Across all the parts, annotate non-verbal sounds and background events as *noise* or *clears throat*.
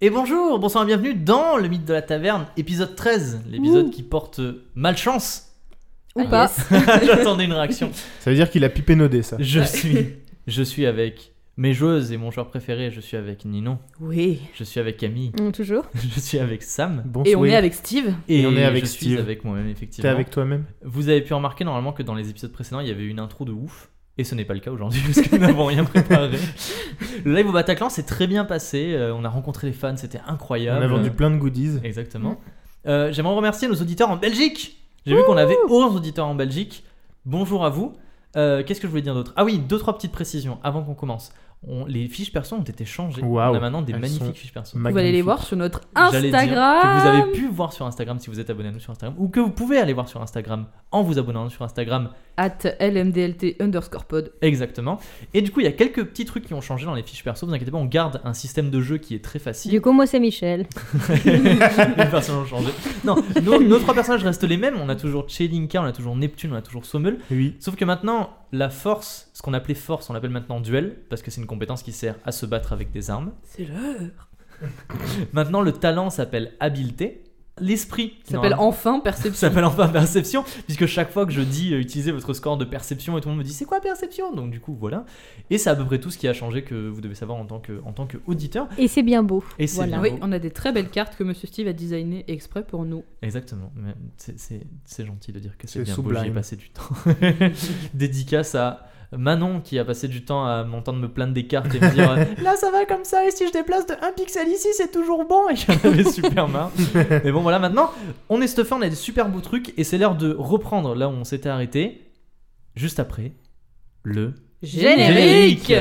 Et bonjour, bonsoir et bienvenue dans le mythe de la taverne, épisode 13, l'épisode qui porte euh, malchance. *laughs* Ou Ah, pas. yes. J'attendais une réaction. Ça veut dire qu'il a pipénodé ça. Je suis, je suis avec mes joueuses et mon joueur préféré, je suis avec Ninon, Oui. je suis avec Camille, *laughs* Mm, toujours. je suis avec Sam. Bon Et on souhait. est avec Steve. Et on est avec je suis Steve. avec moi-même, T'es effectivement. avec toi-même Vous avez pu remarquer normalement que dans les épisodes précédents, il y avait une intro de ouf. Et ce n'est pas le cas aujourd'hui *laughs* parce que nous n'avons rien *laughs* préparé. Le live au Bataclan s'est très bien passé. euh, on a rencontré les fans, c'était On incroyable. a vendu plein de goodies. Exactement. Euh, J'aimerais remercier nos auditeurs en Belgique. J'ai vu qu'on avait 11 auditeurs en Belgique. Bonjour à vous. Euh, Qu'est-ce que je voulais dire d'autre Ah oui, deux trois petites précisions avant qu'on commence. On- les fiches perso ont été changées. Waouh. On a maintenant des Elles sont magnifiques fiches perso. Magnifique. Vous allez les voir sur notre J'allais dire Que vous Instagram. avez pu voir sur Instagram si vous êtes abonné à nous sur Instagram ou que vous pouvez aller voir sur Instagram en vous abonnant sur Instagram At LMDLT underscore pod. Exactement. Et du coup, il y a quelques petits trucs qui ont changé dans les fiches perso. Vous inquiétez pas, on garde un système de jeu qui est très facile. Du coup, moi, c'est Michel. les personnages ont changé. Non, nos, nos trois personnages restent les mêmes. On a toujours Chelinka, on a toujours Neptune, on a toujours Sommel. Oui. Sauf que maintenant, la force, ce qu'on appelait force, on l'appelle maintenant duel, parce que c'est une compétence qui sert à se battre avec des armes. C'est l'heure. Maintenant, le talent s'appelle habileté. L'esprit qui Ça s'appelle normalement- enfin *laughs* perception. ça s'appelle enfin perception, puisque chaque fois que je dis euh, utilisez votre score de perception, et tout le monde me dit c'est quoi perception Donc du coup voilà. Et c'est à peu près tout ce qui a changé que vous devez savoir en tant que en tant qu'auditeur. Et c'est bien beau. Et c'est bien Voilà. Oui, beau. on a des très belles cartes que Monsieur Steve a designées exprès pour nous. Exactement. Mais c'est- C'est c'est gentil de dire que c'est C'est bien beau. J'y ai sublime. passé du temps. *laughs* Dédicace à Manon qui a passé du temps à m'entendre me plaindre des cartes et me *laughs* dire euh, là ça va comme ça et si je déplace de 1 pixel ici c'est toujours bon et j'en avais super *laughs* marre. Mais bon voilà maintenant on est stuffé, on a des super beaux trucs et c'est l'heure de reprendre là où on s'était arrêté juste après le Générique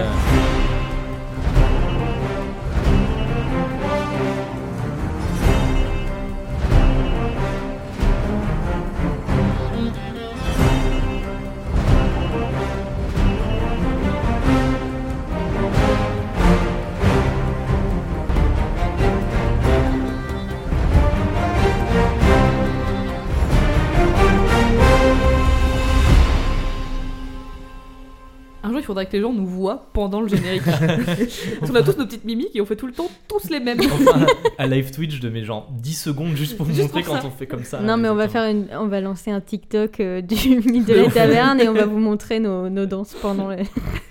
Un jour, il faudra que les gens nous voient pendant le *laughs* générique. Parce qu'on a tous nos petites mimiques et on fait tout le temps tous les mêmes. *laughs* Enfin, à live Twitch de mes genre 10 secondes juste pour vous Juste montrer pour quand ça. on fait comme ça. non, mais on va Exactement. faire une... on va lancer un TikTok euh, *laughs* du mythe de la taverne et on *laughs* va vous montrer nos, nos danses pendant *laughs* le...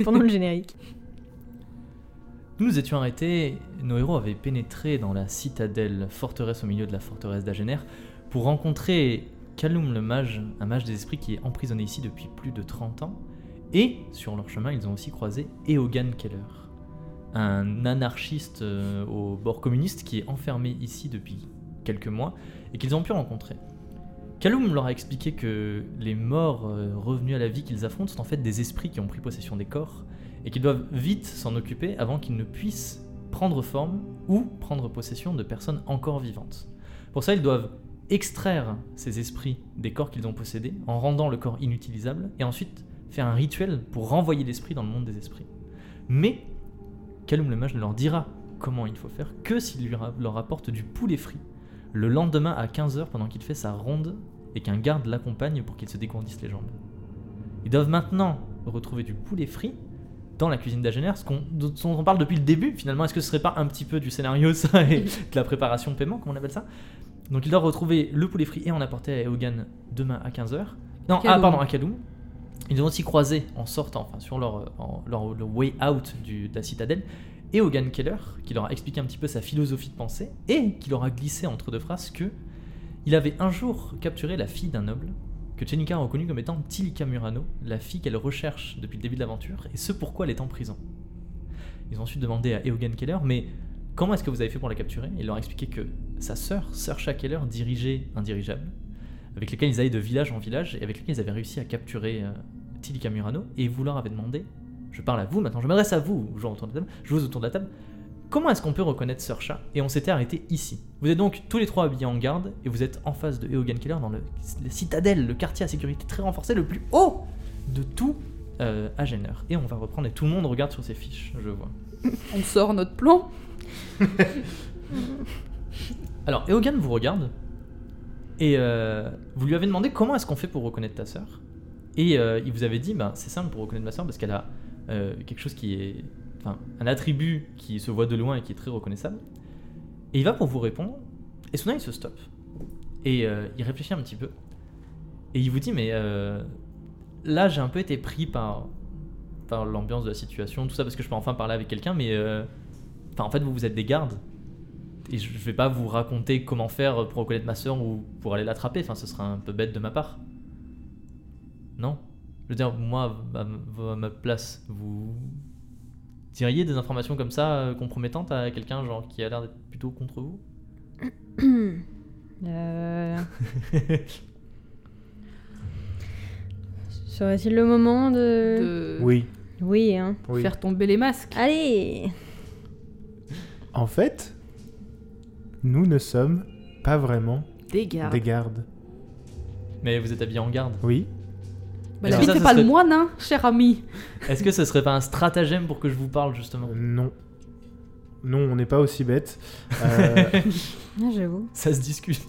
pendant le *clears throat* générique. Nous nous étions arrêtés, nos héros avaient pénétré dans la citadelle, forteresse au milieu de la forteresse d'Agener, pour rencontrer Kalum le mage, un mage des esprits qui est emprisonné ici depuis plus de 30 ans, et sur leur chemin ils ont aussi croisé Eogan Keller, un anarchiste euh, au bord communiste qui est enfermé ici depuis quelques mois et qu'ils ont pu rencontrer. Kalum leur a expliqué que les morts euh, revenus à la vie qu'ils affrontent sont en fait des esprits qui ont pris possession des corps et qu'ils doivent vite s'en occuper avant qu'ils ne puissent prendre forme ou prendre possession de personnes encore vivantes. Pour ça, ils doivent extraire ces esprits des corps qu'ils ont possédés en rendant le corps inutilisable et ensuite faire un rituel pour renvoyer l'esprit dans le monde des esprits. Mais Kalum le mage ne leur dira comment il faut faire que s'il lui ra- leur apporte du poulet frit le lendemain à 15h pendant qu'il fait sa ronde et qu'un garde l'accompagne pour qu'il se dégourdisse les jambes. Ils doivent maintenant retrouver du poulet frit dans la cuisine d'Agener, ce qu'on- dont dont on parle depuis le début finalement. Est-ce que ce serait pas un petit peu du scénario ça et de la préparation paiement, comme on appelle ça Donc ils doivent retrouver le poulet frit et en apporter à Eogan demain à 15h. Non, ah, Kaloum. pardon, à Kaloum. Ils ont aussi croisé en sortant, enfin sur leur, euh, en- leur- le way out du- de la citadelle, Eogan Keller, qui leur a expliqué un petit peu sa philosophie de pensée et qui leur a glissé entre deux phrases que il avait un jour capturé la fille d'un noble que Chenika a reconnue comme étant Tilika Murano, la fille qu'elle recherche depuis le début de l'aventure, et ce pourquoi elle est en prison. Ils ont ensuite demandé à Eogan Keller, mais comment est-ce que vous avez fait pour la capturer Il leur a expliqué que sa sœur, Saoirse Keller, dirigeait un dirigeable, avec lequel ils allaient de village en village, et avec lequel ils avaient réussi à capturer euh, Tilika Murano, et vous leur avez demandé, je parle à vous maintenant, je m'adresse à vous, joueurs autour de la table, joueuses autour de la table, Comment est-ce qu'on peut reconnaître Sersha Et on s'était arrêté ici. Vous êtes donc tous les trois habillés en garde et vous êtes en face de Eogan Keller dans le, la citadelle, le quartier à sécurité très renforcé, le plus haut de tout euh, Agener. Et on va reprendre et tout le monde regarde sur ses fiches, je vois. On sort notre plan. Alors Eogan vous regarde et euh, vous lui avez demandé comment est-ce qu'on fait pour reconnaître ta sœur. Et euh, il vous avait dit, ben, c'est simple pour reconnaître ma sœur parce qu'elle a euh, quelque chose qui est... Enfin, un attribut qui se voit de loin et qui est très reconnaissable. Et il va pour vous répondre, et soudain il se stoppe. Et euh, il réfléchit un petit peu. Et il vous dit, mais euh, là j'ai un peu été pris par, par l'ambiance de la situation, tout ça, parce que je peux enfin parler avec quelqu'un, mais... euh, Enfin, en fait, vous, vous êtes des gardes. Et je vais pas vous raconter comment faire pour reconnaître ma sœur ou pour aller l'attraper. Enfin, ce serait un peu bête de ma part. Non. Je veux dire, moi, à m- à ma place, vous diriez des informations comme ça euh, compromettantes à quelqu'un genre qui a l'air d'être plutôt contre vous Euh, Serait-il le moment De de... Oui, Oui, hein. oui. faire tomber les masques. Allez En fait, nous ne sommes pas vraiment Des gardes. des gardes. Mais vous êtes habillé en garde. Oui. Bah, Alors la vie ça, ne ça fait pas le serait- moine, hein, cher ami. Est-ce que ce serait pas un stratagème pour que je vous parle justement Euh, Non. Non, on n'est pas aussi bête. Euh, *laughs* Ah, J'avoue. Ça se *laughs* discute.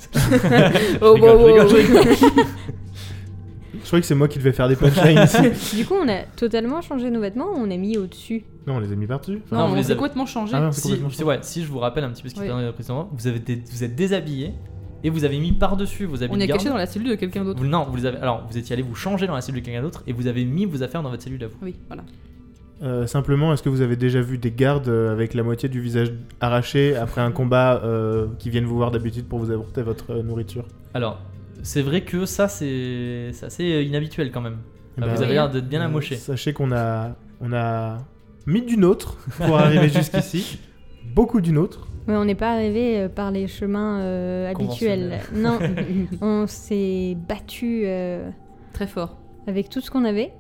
Oh, rigole, oh, je oh, rigole, je rigole. je croyais que c'est moi qui devais faire des punchlines ici. *laughs* Du coup, on a totalement changé nos vêtements, on a mis au-dessus. Non, on les a mis partout. Enfin, Non, Non, on on les s'est a- complètement changé. Ah non, c'est si, complètement c'est- ouais, si je vous rappelle un petit peu ce qui Oui. était dans les précédents, vous, avez des- vous êtes déshabillé et vous avez mis par-dessus vos habits on de est garde. caché dans la cellule de quelqu'un d'autre. Vous- non, vous les avez. Alors, vous étiez allé vous changer dans la cellule de quelqu'un d'autre et vous avez mis vos affaires dans votre cellule à vous. Oui, voilà. *laughs* euh, simplement, est-ce que vous avez déjà vu des gardes euh, avec la moitié du visage arraché après un combat euh, qui viennent vous voir d'habitude pour vous apporter votre euh, nourriture Alors, c'est vrai que ça, c'est c'est assez euh, inhabituel quand même. Eh Ah, ben, vous avez l'air d'être bien euh, amoché. Sachez qu'on a, on a mis du nôtre pour *laughs* arriver jusqu'ici. Beaucoup du nôtre. Ouais, on n'est pas arrivé euh, par les chemins euh, habituels. *laughs* Non, on s'est battu euh, Très fort. avec tout ce qu'on avait,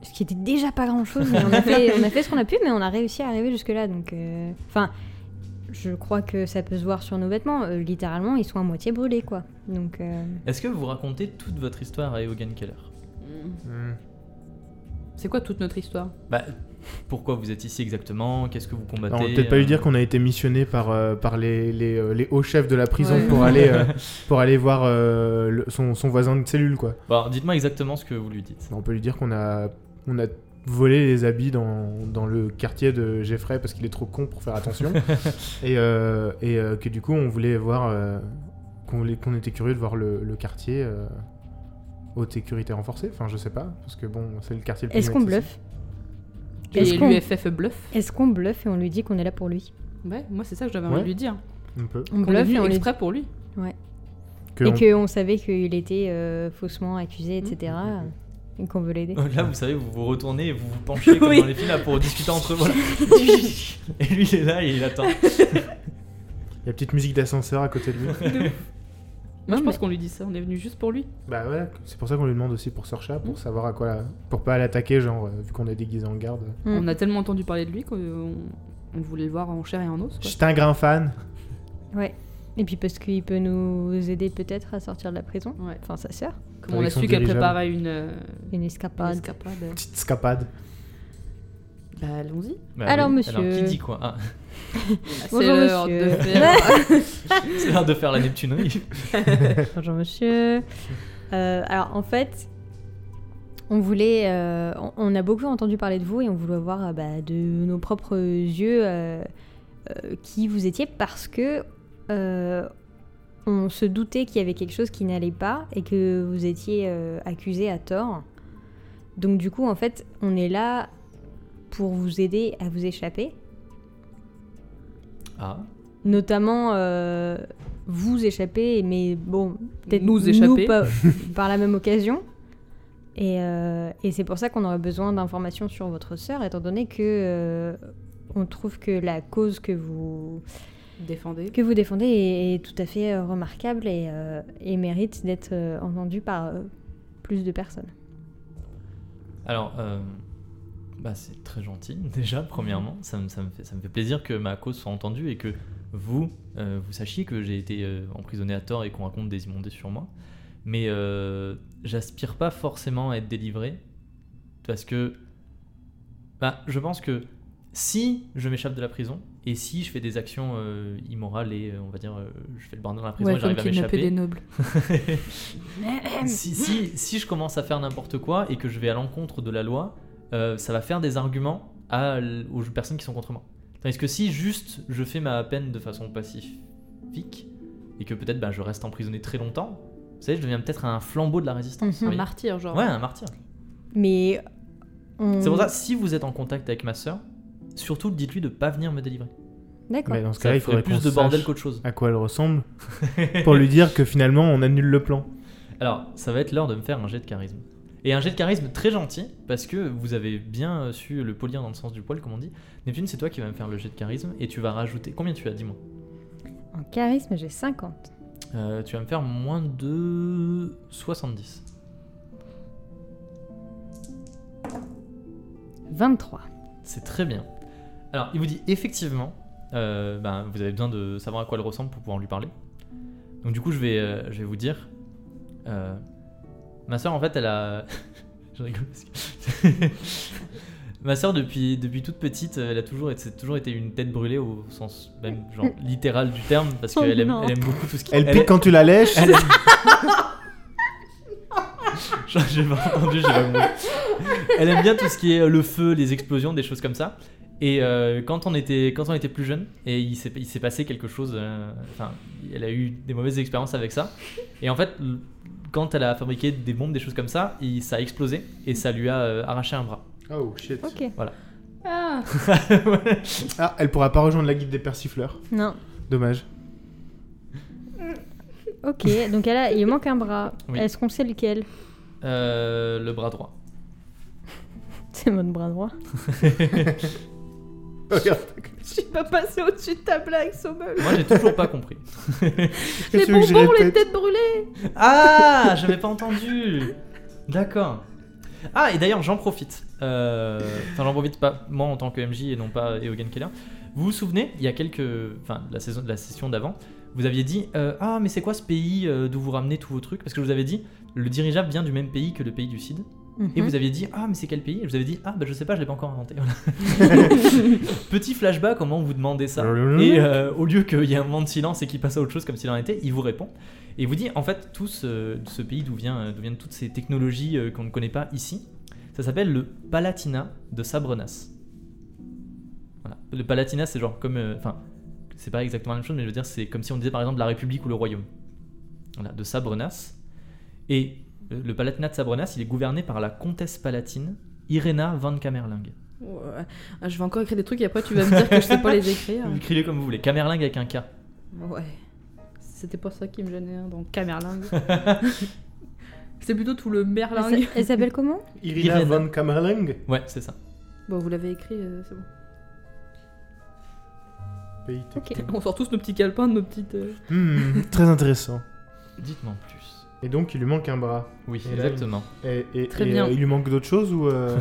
ce qui était déjà pas grand-chose, mais on a, fait, on a fait ce qu'on a pu, mais on a réussi à arriver jusque-là. Donc, euh, enfin, je crois que ça peut se voir sur nos vêtements. Euh, littéralement, ils sont à moitié brûlés, quoi. Donc, euh, Est-ce que vous racontez toute votre histoire à Eogan Keller Mmh. C'est quoi toute notre histoire Bah, pourquoi vous êtes ici exactement Qu'est-ce que vous combattez Alors, on va peut-être pas lui euh, dire qu'on a été missionné par, euh, par les, les, euh, les hauts chefs de la prison Ouais. pour, *laughs* aller, euh, pour aller voir euh, le- son, son voisin de cellule, quoi. Bon, alors, dites-moi exactement ce que vous lui dites. On peut lui dire qu'on a, on a volé les habits dans, dans le quartier de Jeffrey parce qu'il est trop con pour faire *laughs* attention. et euh, et euh, que du coup, on voulait voir. euh, qu'on voulait- qu'on était curieux de voir le, le quartier euh, haute sécurité renforcée. Enfin, je sais pas. Parce que bon, c'est le quartier le plus. est-ce qu'on inaccessible. bluffe Et Est-ce qu'on- l'UFF bluff Est-ce qu'on bluffe et on lui dit qu'on est là pour lui Ouais, moi c'est ça que j'avais envie Ouais. de lui dire. On peut. On Qu'on est bluffe venu et on lui dit... exprès pour lui. Que et on- qu'on savait qu'il était euh, faussement accusé, etc. Mhm. Et qu'on veut l'aider. Là, vous savez, vous vous retournez et vous vous penchez comme Oui. dans les films là, pour discuter entre vous. *laughs* là. et lui, il est là et il attend. La petite musique d'ascenseur à côté *laughs* de lui. Moi Non, je pense mais- qu'on lui dit ça, on est venu juste pour lui. bah ouais, c'est pour ça qu'on lui demande aussi pour Sorcha, Mm. pour savoir à quoi. la- Pour pas l'attaquer, genre, euh, vu qu'on est déguisé en garde. Mm. On a tellement entendu parler de lui qu'on on voulait le voir en chair et en os. Quoi. J'étais un grand fan. Ouais. Et puis parce qu'il peut nous aider peut-être à sortir de la prison. Ouais. Enfin, sa sœur. Comme on Avec a son su qu'elle dirigeable. préparait une, euh, Une une escapade. escapade. Petite escapade. Bah allons-y. Bah Alors, oui. monsieur. Alors, qui dit quoi Ah, *laughs* C'est Bonjour, l'heure monsieur. de faire. C'est l'heure de faire la Neptunerie. Bonjour monsieur. Euh, alors en fait, on voulait, euh, on, on a beaucoup entendu parler de vous et on voulait voir euh, bah, de nos propres yeux euh, euh, qui vous étiez parce que euh, on se doutait qu'il y avait quelque chose qui n'allait pas et que vous étiez euh, accusé à tort. Donc du coup en fait, on est là pour vous aider à vous échapper. Ah, notamment euh, vous échapper, mais bon, peut-être Nous échapper. pas- par la même occasion. Et, euh, et c'est pour ça qu'on aurait besoin d'informations sur votre sœur, étant donné que euh, on trouve que la cause que vous Défendez. que vous défendez est, est tout à fait euh, remarquable et, euh, et mérite d'être euh, entendue par euh, plus de personnes. Alors, euh, bah, c'est très gentil *laughs* déjà, premièrement. Ça me, ça me fait, ça me fait plaisir que ma cause soit entendue et que vous, euh, vous sachiez que j'ai été euh, emprisonné à tort et qu'on raconte des immondés sur moi. Mais euh, j'aspire pas forcément à être délivré parce que bah, je pense que si je m'échappe de la prison et si je fais des actions euh, immorales et euh, on va dire euh, je fais le bordel dans la prison et j'arrive à m'échapper des nobles. si, si, si je commence à faire n'importe quoi et que je vais à l'encontre de la loi, euh, ça va faire des arguments à l- aux personnes qui sont contre moi. Tandis que si juste je fais ma peine de façon passive, Vic, et que peut-être ben, je reste emprisonné très longtemps, vous savez, je deviens peut-être un flambeau de la résistance. Mhm. Un Oui. martyr, Mhm. genre. Ouais, un martyr. Mais. on- C'est pour ça, si vous êtes en contact avec ma sœur, surtout dites-lui de pas venir me délivrer. D'accord. Mais dans ce Ça cas-là, il ferait faudrait qu'on plus de bordel sache qu'autre chose. à quoi elle ressemble pour lui dire que finalement on annule le plan. Alors, ça va être l'heure de me faire un jet de charisme. Et un jet de charisme très gentil, parce que vous avez bien euh, su le polir dans le sens du poil, comme on dit. Neptune, c'est toi qui vas me faire le jet de charisme, et tu vas rajouter... Combien tu as, dis-moi En charisme, j'ai 50. Euh, Tu vas me faire moins de... 70. 23. C'est très bien. Alors, il vous dit effectivement, euh, ben, vous avez besoin de savoir à quoi elle ressemble pour pouvoir lui parler. Donc, du coup, je vais, euh, je vais vous dire. euh, ma soeur, en fait, elle a. *laughs* je rigole parce que. *laughs* ma soeur, depuis, depuis toute petite, elle a toujours, été- c'est toujours été une tête brûlée au sens même genre, littéral du terme parce Oh qu'elle aime, non. elle aime beaucoup tout ce qui Elle elle- pique quand tu la lèches. *laughs* elle aime- j'ai pas entendu, j'ai pas compris. Elle aime bien tout ce qui est euh, le feu, les explosions, des choses comme ça. Et euh, quand, on était, quand on était plus jeune, et il s'est il s'est passé quelque chose, euh, enfin, elle a eu des mauvaises expériences avec ça. Et en fait, l- quand elle a fabriqué des bombes, des choses comme ça, il- ça a explosé et ça lui a euh, arraché un bras. Oh shit. Ok. Ah, Ah, elle pourra pas rejoindre la guide des persifleurs. Non. *laughs* Dommage. Ok, donc elle a, il manque un bras. Oui. Est-ce qu'on sait lequel Euh, le bras droit. C'est mon bras droit. Regarde, je suis pas passé au-dessus de ta blague, Sommel. Moi, j'ai toujours pas compris. Les qu'est-ce que tu veux que je bonbons, les répète têtes brûlées. Ah, j'avais pas entendu. D'accord. Ah, et d'ailleurs, j'en profite. Euh, Enfin, j'en profite pas moi en tant que MJ et non pas Eogan Keller. Vous vous souvenez, il y a quelques, enfin, la saison, la session d'avant, vous aviez dit, euh, ah, mais c'est quoi ce pays euh, d'où vous ramenez tous vos trucs Parce que je vous avais dit, le dirigeable vient du même pays que le pays du Cid. Mhm. Et vous aviez dit, ah, mais c'est quel pays Et je vous avais dit, ah, bah je sais pas, je l'ai pas encore inventé. Voilà. Petit flashback, comment vous demandez ça Et euh, au lieu qu'il y ait un moment de silence et qu'il passe à autre chose comme s'il en était, il vous répond. Et il vous dit, en fait, tout ce, ce pays d'où vient, euh, d'où viennent toutes ces technologies euh, qu'on ne connaît pas ici, ça s'appelle le Palatinat de Sabrenas. Voilà. Le Palatinat, c'est genre comme. euh, Enfin, c'est pas exactement la même chose, mais je veux dire, c'est comme si on disait par exemple la République ou le Royaume. Voilà, de Sabrenas. Et euh, le Palatinat de Sabrenas, il est gouverné par la comtesse palatine Irena van Kamerling. Ouais. Ah, je vais encore écrire des trucs et après tu vas me dire que je sais pas les *laughs* écrire. Vous Écrivez comme vous voulez, Kamerling avec un K. Ouais. C'était pas ça qui me gênait hein, dans *laughs* Camerlingue. *laughs* C'est plutôt tout le Elle s'a- merlingue. Elle s'appelle comment Irina Irina. von Kamerling, Ouais, c'est ça. Bon, vous l'avez écrit, euh, c'est bon. pays Ok. techno. On sort tous nos petits calepins, nos petites. euh, Hmm, très intéressant. Dites-moi en plus. Et donc il lui manque un bras. Oui, Et là, exactement. Et, et- Très et, bien. euh, il lui manque d'autres choses ou *laughs* euh,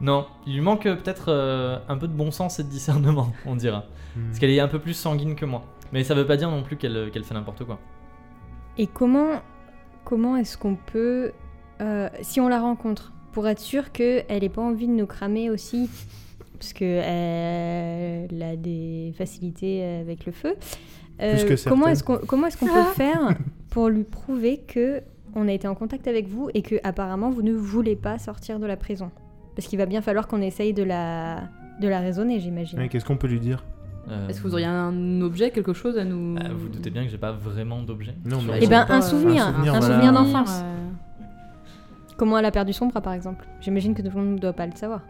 Non, il lui manque euh, peut-être euh, un peu de bon sens et de discernement, *laughs* on dira. hmm. Parce qu'elle est un peu plus sanguine que moi. Mais ça veut pas dire non plus qu'elle euh, qu'elle fait n'importe quoi. Et comment, comment est-ce qu'on peut, euh, si on la rencontre, pour être sûr qu'elle n'ait pas envie de nous cramer aussi, parce que euh, elle a des facilités avec le feu. euh, Plus que comment certaines. est-ce qu'on comment est-ce qu'on peut faire pour lui prouver que on a été en contact avec vous et que apparemment vous ne voulez pas sortir de la prison Parce qu'il va bien falloir qu'on essaye de la de la raisonner, j'imagine. Ouais, Qu'est-ce qu'on peut lui dire Euh, Est-ce que vous auriez un objet, quelque chose à nous. bah, vous doutez bien que j'ai pas vraiment d'objet. Non, sur la mais- Eh table. ben pas, un euh, souvenir, un un souvenir, voilà. souvenir, d'enfance. Euh, Comment elle a perdu son bras par exemple J'imagine que tout le monde ne doit pas le savoir.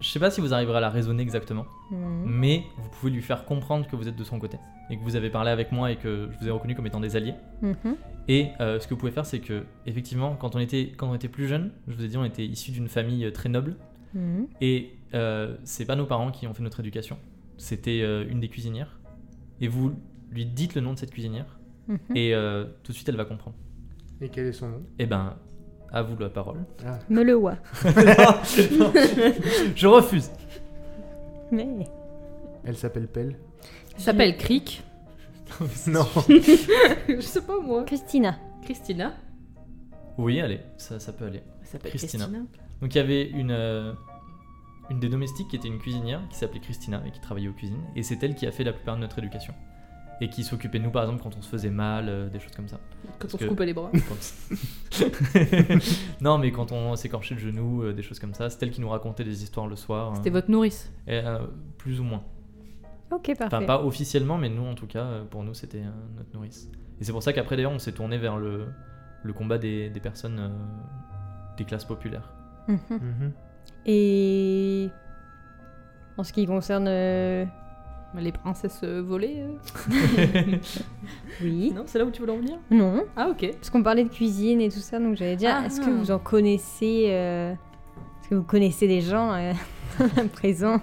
Je sais pas si vous arriverez à la raisonner exactement, Hmm. Mhm. mais vous pouvez lui faire comprendre que vous êtes de son côté. Et que vous avez parlé avec moi et que je vous ai reconnu comme étant des alliés. Mmh. Mhm. Et euh, ce que vous pouvez faire, c'est que, effectivement, quand on était, quand on était plus jeune, je vous ai dit, on était issus d'une famille euh, très noble. Mhm. Et euh, c'est pas nos parents qui ont fait notre éducation. C'était euh, une des cuisinières. Et vous lui dites le nom de cette cuisinière. Mhm. Et euh, tout de suite, elle va comprendre. Et quel est son nom Eh ben, à vous la parole. *laughs* Me le vois. Non, non, je refuse. Mais Elle s'appelle *laughs* Pelle. ça s'appelle Cric. Non. *laughs* *laughs* je sais pas moi. Christina. Christina. Oui, allez, ça, ça peut aller. Elle s'appelle Christina. Christina. Donc il y avait une, euh, une des domestiques qui était une cuisinière qui s'appelait Christina et qui travaillait aux cuisines. Et c'est elle qui a fait la plupart de notre éducation. Et qui s'occupait de nous, par exemple, quand on se faisait mal, euh, des choses comme ça. Quand on Parce se que- coupait *laughs* les bras. Quand- *laughs* non, mais quand on s'écorchait le genou, hein. euh, des choses comme ça, c'est elle qui nous racontait des histoires le soir. euh, C'était votre nourrice. et, euh, plus ou moins. Ok, parfait. Enfin, pas officiellement, mais nous, en tout cas, euh, pour nous, c'était euh, notre nourrice. Et c'est pour ça qu'après, d'ailleurs, on s'est tourné vers le, le combat des, des personnes euh, des classes populaires. Mhm. Et en ce qui concerne, euh, Mais Les princesses euh, volées euh, oui, Non, c'est là où tu voulais en venir non. Ah, *laughs* ok. Parce qu'on parlait de cuisine et tout ça, donc j'allais dire, Ah. est-ce que vous en connaissez, euh, est-ce que vous connaissez des gens euh, *laughs* à présent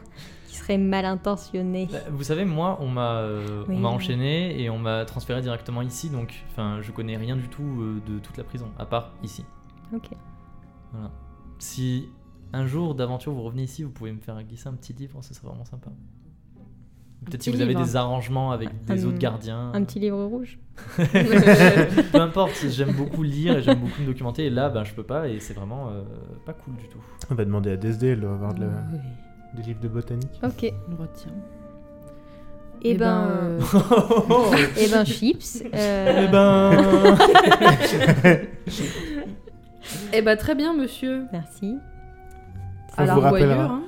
qui seraient mal intentionnés Bah, Vous savez, moi, on m'a euh, on Oui. m'a enchaîné et on m'a transféré directement ici, donc enfin, je connais rien du tout euh, de toute la prison, à part ici. Ok. Voilà. Si un jour d'aventure vous revenez ici, vous pouvez me faire glisser un petit livre, ce serait vraiment sympa. Peut-être si petit vous avez livre. des arrangements avec des Un- autres gardiens. Un petit livre rouge. Peu importe, j'aime beaucoup lire et j'aime beaucoup me documenter. Et là, ben, je peux pas et c'est vraiment euh, pas cool du tout. On va demander à DSD, elle doit avoir de la- Mm. des livres de botanique. Ok. Et On le retient. eh ben, euh, *laughs* Oh, eh ben chips. *laughs* euh, Eh ben, Eh ben, très bien, monsieur. Merci. On À la vous rappellera. revoyure, hein.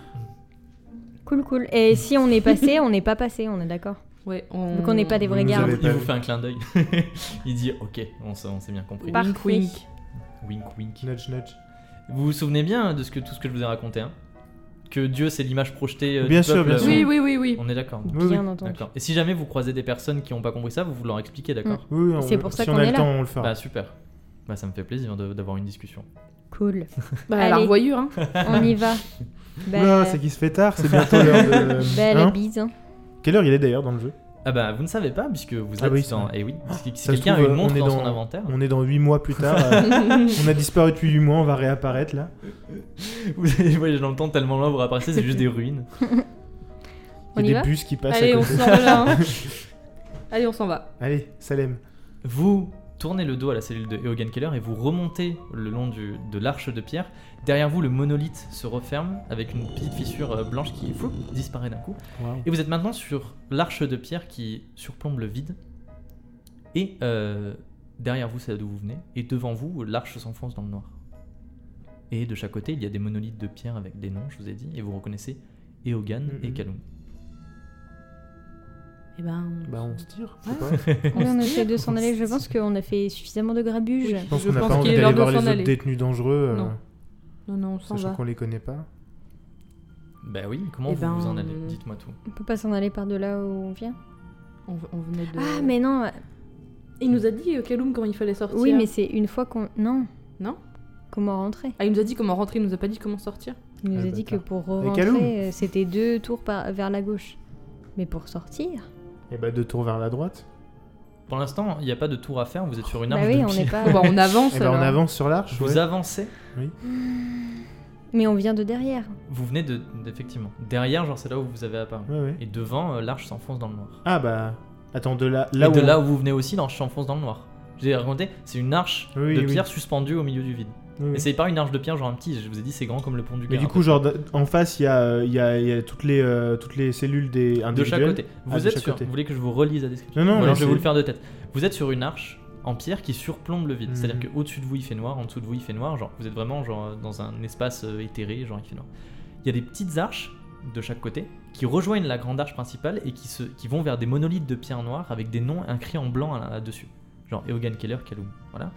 Cool, cool. Et si on est passé, on n'est pas passé, on est d'accord. Ouais, on... Donc on n'est pas des vrais Vous gardes. avez- il vous fait un clin d'œil. *laughs* il dit Ok, on s'est on s'est bien compris. Bah. Wink, wink. Wink, wink. Nudge, nudge. Vous vous souvenez bien de ce que, tout ce que je vous ai raconté hein Que Dieu, c'est l'image projetée euh, du Bien sûr, peuple. bien sûr. Oui, oui, oui, oui. On est d'accord. Oui, Bien oui. entendu. D'accord. Et si jamais vous croisez des personnes qui n'ont pas compris ça, vous vous leur expliquez, Mm. d'accord Oui, oui, on- C'est pour ça si qu'on on a est le là. temps, on le fera. Bah super. Bah ça me fait plaisir de- d'avoir une discussion. Cool. Bah, à la Allez. revoyure, *laughs* hein. on y va. Oula, Bah, c'est qui se fait tard, c'est bientôt l'heure de. bah, la Hein bise. hein. Quelle heure il est d'ailleurs dans le jeu Ah bah vous ne savez pas puisque vous êtes Ah oui, c'est dans... vrai. Eh oui, si, si Ça se quelqu'un a trouve, une euh, montre on est dans, son dans- inventaire, On est dans 8 mois plus tard. *laughs* euh, on a disparu depuis 8 mois, on va réapparaître là. vous allez voyager dans le temps tellement loin, vous réapparaissez, c'est juste *laughs* des ruines. On Il y y a va des bus qui passent Allez, à on côté. s'en va là. *laughs* hein. Allez, on s'en va. Allez, Salem. Vous tournez le dos à la cellule de Eogan Keller et vous remontez le long du- de l'arche de pierre. Derrière vous, le monolithe se referme avec une petite fissure euh, blanche qui floup, disparaît d'un coup. Et vous êtes maintenant sur l'arche de pierre qui surplombe le vide. Et euh, derrière vous, c'est d'où vous venez. Et devant vous, l'arche s'enfonce dans le noir. Et de chaque côté, il y a des monolithes de pierre avec des noms, je vous ai dit. Et vous reconnaissez Eogan et Mhm. Kalum. Eh ben, Bah, on se tire. je sais Ouais. pas. Oui, on se essaie tire. de s'en aller. Je pense qu'on a fait suffisamment de grabuge. Je pense Je qu'on n'a pense pas qu'il est envie l'heure d'aller de voir les s'en autres aller. détenus dangereux, euh, Non. Non, non, on s'en sachant va. qu'on les connaît pas. Bah oui, comment Eh vous ben, vous en allez euh, Dites-moi tout. On peut pas s'en aller par de là où on vient. On, on venait de. Ah, mais non. Il nous a dit, euh, Kaloum, quand il fallait sortir. Oui, mais c'est une fois qu'on. Non. Non Comment rentrer Ah, il nous a dit comment rentrer, il nous a pas dit comment sortir. Il nous Ah, a dit que bâtard. pour Avec Alou. rentrer, euh, c'était deux tours par... vers la gauche. Mais pour sortir. Et bah, deux tours vers la droite. Pour l'instant, il n'y a pas de tour à faire, vous êtes sur une arche bah oui, de on pierre. n'est pas. Bon, bah, on avance. Et bah, on alors. avance sur l'arche. Vous ouais. avancez, Mais on vient de derrière. vous venez de. Effectivement. Derrière, genre, c'est là où vous avez apparu. Ouais, ouais. Et devant, euh, l'arche s'enfonce dans le noir. Ah, bah. Attends, de là, là et où. de on- là où vous venez aussi, l'arche s'enfonce dans le noir. J'ai raconté, c'est une arche Oui, de oui. pierre suspendue au milieu du vide. Oui, oui. Mais c'est pas une arche de pierre, genre un petit, je vous ai dit, c'est grand comme le pont du Mais Gard. du coup, genre, d- en face, il y a, euh, il y a- il y a toutes, les, euh, toutes les cellules des de chaque individuelles. côté. Vous Ah, de êtes chaque sur. côté. Vous voulez que je vous relise la description Non, non, Ou mais alors je vais c'est- vous le faire de tête. Vous êtes sur une arche en pierre qui surplombe le vide. Mhm. C'est-à-dire qu'au-dessus de vous, il fait noir, en dessous de vous, il fait noir. Genre, vous êtes vraiment genre, dans un espace euh, éthéré, genre, il fait noir. Il y a des petites arches de chaque côté qui rejoignent la grande arche principale et qui, se, qui vont vers des monolithes de pierre noire avec des noms inscrits en blanc là- là-dessus. Genre Eogan Keller, Kaloum. Voilà.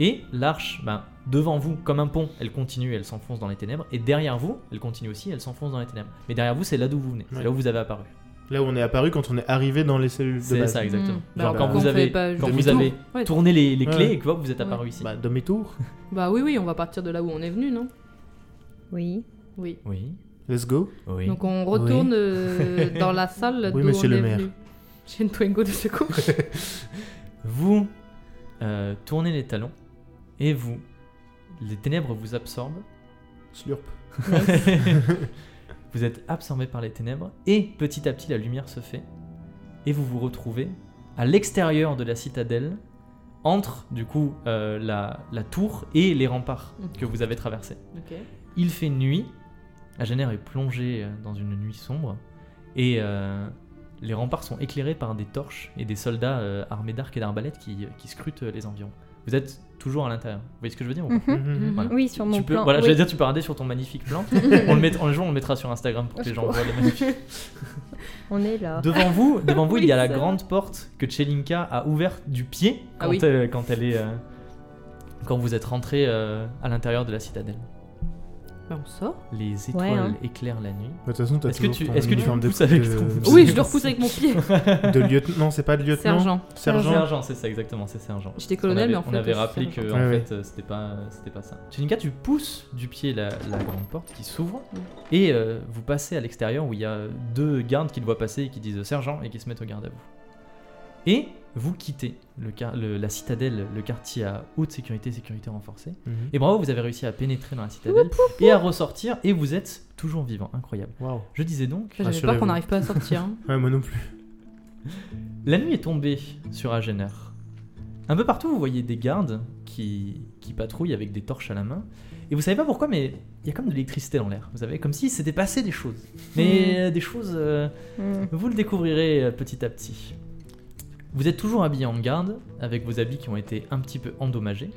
Et l'arche, bah, devant vous, comme un pont, elle continue, elle s'enfonce dans les ténèbres. Et derrière vous, elle continue aussi, elle s'enfonce dans les ténèbres. Mais derrière vous, c'est là d'où vous venez. C'est Ouais. là où vous avez apparu. Là où on est apparu quand on est arrivé dans les cellules de C'est base. ça, Ah, exactement. Bah, Genre bah, quand on vous fait avez, pas quand juste vous demi-tour. avez Ouais. tourné les, les Ouais. clés et que hop, vous êtes apparu Ouais. ici. Bah, demi-tour. Bah oui, oui, on va partir de là où on est venu, non Oui. Oui. Oui, Let's go. oui. Donc on retourne euh, dans la salle Oui, d'où monsieur on le est maire. venu. J'ai une Twingo de secours. Vous euh, tournez les talons et vous, les ténèbres vous absorbent. Slurp. *laughs* *laughs* vous êtes absorbé par les ténèbres et petit à petit la lumière se fait et vous vous retrouvez à l'extérieur de la citadelle entre du coup euh, la, la tour et les remparts Mm. que vous avez traversés. ok. Il fait nuit, Agener est plongé euh, dans une nuit sombre, et euh, les remparts sont éclairés par des torches et des soldats euh, armés d'arcs et d'arbalètes qui, qui scrutent euh, les environs. Vous êtes toujours à l'intérieur. Vous voyez ce que je veux dire ou pas Mhm. Mhm. Voilà. Oui, sur mon tu peux, plan. Voilà, oui. j'allais dire, tu peux regarder sur ton magnifique *laughs* plan. on le met, en le jouant, on le mettra sur Instagram pour que les gens voient les magnifiques. On est là. Devant vous, devant vous, il y a Oui, la ça. grande porte que Chelinka a ouverte du pied Ah quand, oui. elle, quand elle est, euh, quand vous êtes rentré euh, à l'intérieur de la citadelle. Bah, on sort. Les étoiles Ouais, hein. éclairent la nuit. Bah, De toute façon, t'as Est-ce que toujours tu- ton est-ce que tu uniforme de- pousses avec de- ton- Oui, je le repousse avec mon pied. de lieutenant. Non, c'est pas de lieutenant. *laughs* Sergent. Sergent. Sergent, c'est ça exactement, c'est sergent. J'étais On colonel, avait, mais en fait. on avait euh, rappelé que sergent. en Ouais, ouais. fait euh, c'était pas euh, c'était pas ça. Chelinka, tu pousses du pied la, la grande porte qui s'ouvre et euh, vous passez à l'extérieur où il y a deux gardes qui le voient passer et qui disent sergent et qui se mettent au garde à vous. Et vous quittez le, quar- le- la citadelle, le quartier à haute sécurité, sécurité renforcée. Mhm. Et bravo, vous avez réussi à pénétrer dans la citadelle et à ressortir et vous êtes toujours vivant, incroyable. Waouh. Je disais donc, J'avais peur Rassurez-vous. qu'on n'arrive pas à *laughs* sortir. hein. Ouais, moi non plus. La nuit est tombée sur Agener. Un peu partout, vous voyez des gardes qui, qui patrouillent avec des torches à la main. Et vous savez pas pourquoi, mais il y a comme de l'électricité dans l'air. Vous savez, comme si s'était passé des choses. Mais euh, des choses, euh, Mm. vous le découvrirez euh, petit à petit. Vous êtes toujours habillé en garde, avec vos habits qui ont été un petit peu endommagés.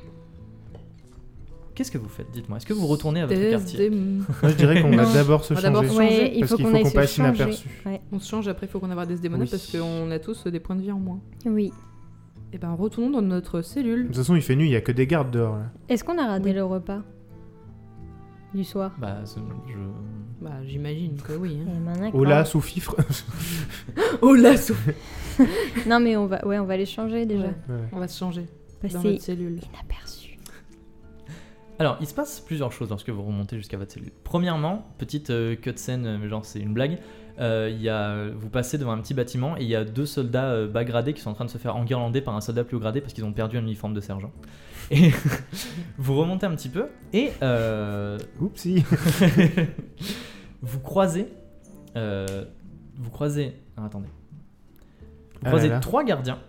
Qu'est-ce que vous faites Dites-moi. Est-ce que vous retournez à votre quartier DSDM. Moi, je dirais qu'on va Non. d'abord se On va d'abord changer. se changer, Ouais, il parce faut qu'il qu'on faut aille qu'on se passe changer. inaperçu. Ouais. On se change après, il faut qu'on avoir Ah des démonas Oui. parce qu'on a tous euh, des points de vie en moins. Oui. Et ben retournons dans notre De cellule. toute façon, il fait nuit, il y a que des gardes dehors. là. Est-ce qu'on a raté Oui. le repas du soir Bah, ce- je- Bah j'imagine que oui. *laughs* hein. Eh ben, d'accord. Oh là, sous fifre. Oh là, Non mais on va, ouais, on va les changer déjà. Ouais. *laughs* Ouais. on va se changer dans Passer notre cellule. inaperçu. Alors, il se passe plusieurs choses lorsque vous remontez jusqu'à votre cellule. Premièrement, petite euh, cutscene, euh, genre c'est une blague. euh, il y a, vous passez devant un petit bâtiment et il y a deux soldats euh, bas gradés qui sont en train de se faire enguirlander par un soldat plus haut gradé parce qu'ils ont perdu un uniforme de sergent. Et *laughs* vous remontez un petit peu et euh, *laughs* Oupsie. Ah vous croisez, euh, vous croisez, ah, attendez, vous Ah croisez là là. trois gardiens.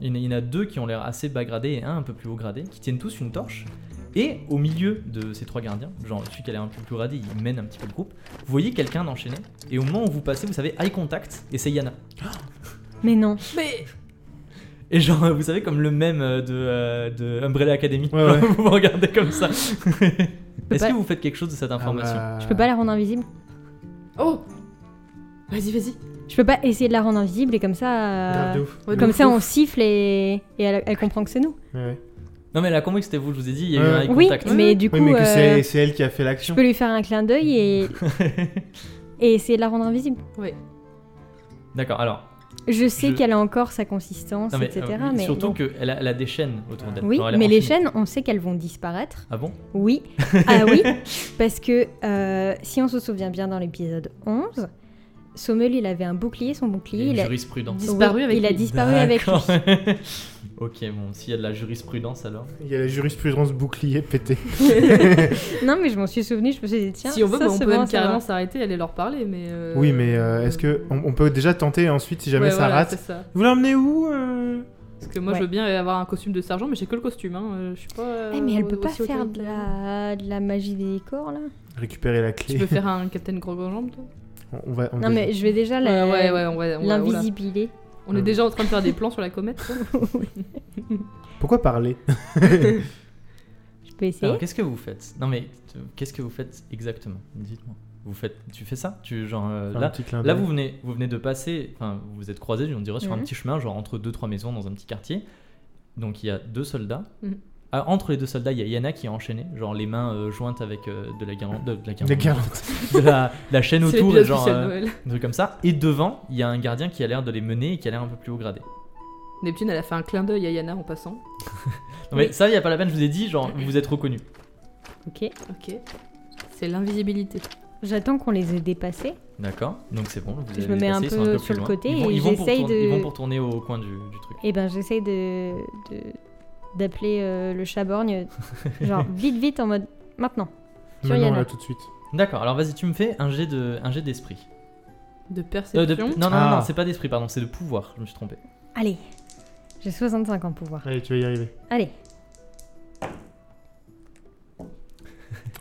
Il y, en a, il y en a deux qui ont l'air assez bas gradés et un un peu plus haut gradé, qui tiennent tous une torche. Et au milieu de ces trois gardiens, genre celui qui a l'air un peu plus gradé, il mène un petit peu le groupe. Vous voyez quelqu'un d'enchaîné et au moment où vous passez, vous savez eye contact et c'est Yana. Mais non. Mais Et genre, *laughs* vous savez comme le même de, euh, de Umbrella Academy. Ouais, *laughs* ouais. vous vous regardez comme *laughs* ça. Est-ce pas- que vous faites quelque chose de cette information Ah bah, Je peux pas la rendre invisible. oh Vas-y, vas-y. Je peux pas essayer de la rendre invisible et comme ça, Grave de euh, ouf. Ouais, comme ouf, ça on ouf. siffle et, et elle, elle comprend que c'est nous. Ouais, ouais. Non mais elle a compris que c'était vous, je vous ai dit, il y a eu Ouais. un eye Oui, contact. mais du coup, Oui, mais que euh, c'est c'est elle qui a fait je l'action. peux lui faire un clin d'œil *laughs* et et essayer de la rendre invisible. D'accord, alors. Je sais Je- qu'elle a encore sa consistance, non, mais, etc. euh, mais surtout bon. qu'elle a, elle a des chaînes autour d'elle. Oui, Genre, elle est mais les enchaînée. chaînes, on sait qu'elles vont disparaître. Ah bon Oui. Ah oui, parce que euh, si on se souvient bien dans l'épisode 11, Sommel, il avait un bouclier, son bouclier, une il a, jurisprudence. Disparu oui, avec il a lui. disparu avec lui. D'accord. *laughs* ok, bon, s'il y a de la jurisprudence alors. Il y a la jurisprudence bouclier pété. Non, mais je m'en suis souvenu, je me suis dit, tiens, Si on veut, bah, ça, on c'est peut bon même à savoir. carrément s'arrêter et aller leur parler, mais. euh, Oui, mais euh, est-ce que on, on peut déjà tenter ensuite si jamais Ouais, ça voilà, c'est rate ça. Vous l'emmenez où euh Parce que moi, Ouais. je veux bien avoir un costume de sergent, mais j'ai que le costume. Hein. euh, Je suis pas. euh, Eh, mais elle peut pas aussi faire de autoritaire. la... de la magie des corps, là Récupérer la Tu clé. peux faire un Captain Gros Jambe, toi On- On va. on Non, dé- mais je vais déjà la- Ouais, Euh, ouais, ouais, on va. on va- oula. l'invisibiler. On est déjà en train de faire des plans sur la comète. quoi. Pourquoi parler Je peux essayer. Alors qu'est-ce que vous faites Non mais euh, qu'est-ce que vous faites exactement Dites-moi. Vous faites, tu fais ça Tu genre euh, Un là, petit clin là d'œil. vous venez, vous venez de passer, enfin vous vous êtes croisés, on dirait sur un Mhm. petit chemin, genre entre deux trois maisons dans un petit quartier. Donc il y a deux soldats. Mm. Mhm. Ah, entre les deux soldats, il y a Yana qui est enchaînée, genre les mains euh, jointes avec euh, de la guirlande, de, de la Des guirlande, garantes. *laughs* de la, de la chaîne C'est autour, et l'épisode genre spécial euh, Noël. un truc comme ça. Et devant, il y a un gardien qui a l'air de les mener et qui a l'air un peu plus haut gradé. Neptune, elle a fait un clin d'œil à Yana en passant. Non mais Oui. ça, il y a pas la peine, je vous ai dit, genre vous êtes reconnus. Ok. Ok. C'est l'invisibilité. J'attends qu'on les ait dépassés. D'accord, donc c'est bon. Vous Je allez me les mets un passer, ils sont peu plus sur le loin. côté Ils vont, et ils vont pour j'essaye tourner- de- Ils vont pour tourner au coin du, du truc. Et ben, j'essaye de... de- d'appeler euh, le chat borgne, genre vite, vite, en mode maintenant. Sur Maintenant Yana. là tout de suite. D'accord, alors vas-y, tu me fais un jet de, un jet d'esprit. De Euh, de- perception. Non, non, non, Ah. non, c'est pas d'esprit, pardon, c'est de pouvoir. Je me suis trompé. Allez, j'ai 65 en pouvoir. Allez, tu vas y arriver. Allez,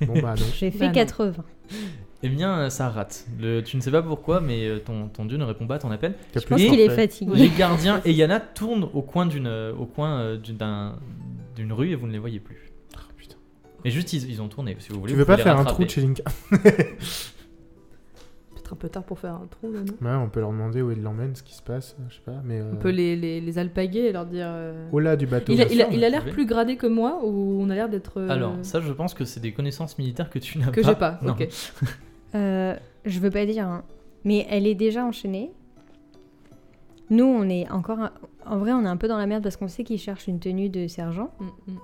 Bon bah non. j'ai fait Bah non. 80. Eh bien, ça rate. Le- tu ne sais pas pourquoi, mais euh, ton, ton dieu ne répond pas à ton appel. T'as Je plus pense Et- de qu'il est forfait. fatigué. Les gardiens et Yana tournent au coin d'une au coin euh, d'une d'un- d'une rue et vous ne les voyez plus. Ah, putain. Mais juste, ils, ils ont tourné, si vous voulez. Tu vous veux pas pouvez les faire un rattraper. trou de chez Linka Peut-être un peu tard pour faire un trou, là, non Ouais, on peut leur demander où ils l'emmènent, ce qui se passe, je sais pas, mais... euh, On peut les, les, les alpaguer et leur dire. euh, Au-là du bateau. Il a, bien il a- sûr, il a vous l'air pouvez. plus gradé que moi ou on a l'air d'être. euh, Alors, ça, je pense que c'est des connaissances militaires que tu n'as pas. que j'ai pas. Non. Ok. Euh, je veux pas dire, hein, mais elle est déjà enchaînée. Nous, on est encore. un- En vrai, on est un peu dans la merde parce qu'on sait qu'ils cherchent une tenue de sergent. Mm, mm.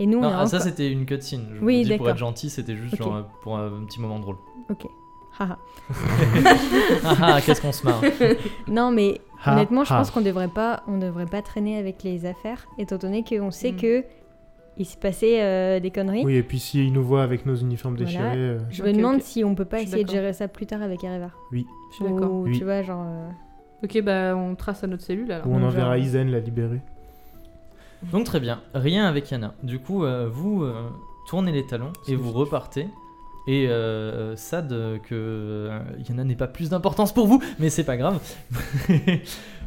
Et nous, on Non, est ah, ça, encore- c'était une cutscene. Je vous Oui, dis, pour d'accord. être gentil, c'était juste Ok. genre, euh, pour un petit moment *laughs* drôle. Ok. Haha. ah, ah, qu'est-ce qu'on se marre. non, mais Ha, honnêtement, je ha. pense qu'on devrait pas, on devrait pas traîner avec les affaires, étant donné qu'on sait Mm. que il s'est passé euh, des conneries. Oui, et puis s'ils nous voient avec nos uniformes Voilà. déchirés... euh, Je Ok, me demande ok. si on peut pas Je suis essayer de d'accord. gérer ça plus tard avec Areva. Je suis d'accord. Ou, Oui. Tu vois, genre. euh, Ok, bah on trace à notre cellule alors. Ou on Bonjour. enverra Isen la libérer. Donc, très bien. Rien avec Yana. Du coup, euh, vous euh, tournez les talons et vous repartez. Et euh, sad euh, que euh, Yana n'ait pas plus d'importance pour vous, mais c'est pas grave. *laughs*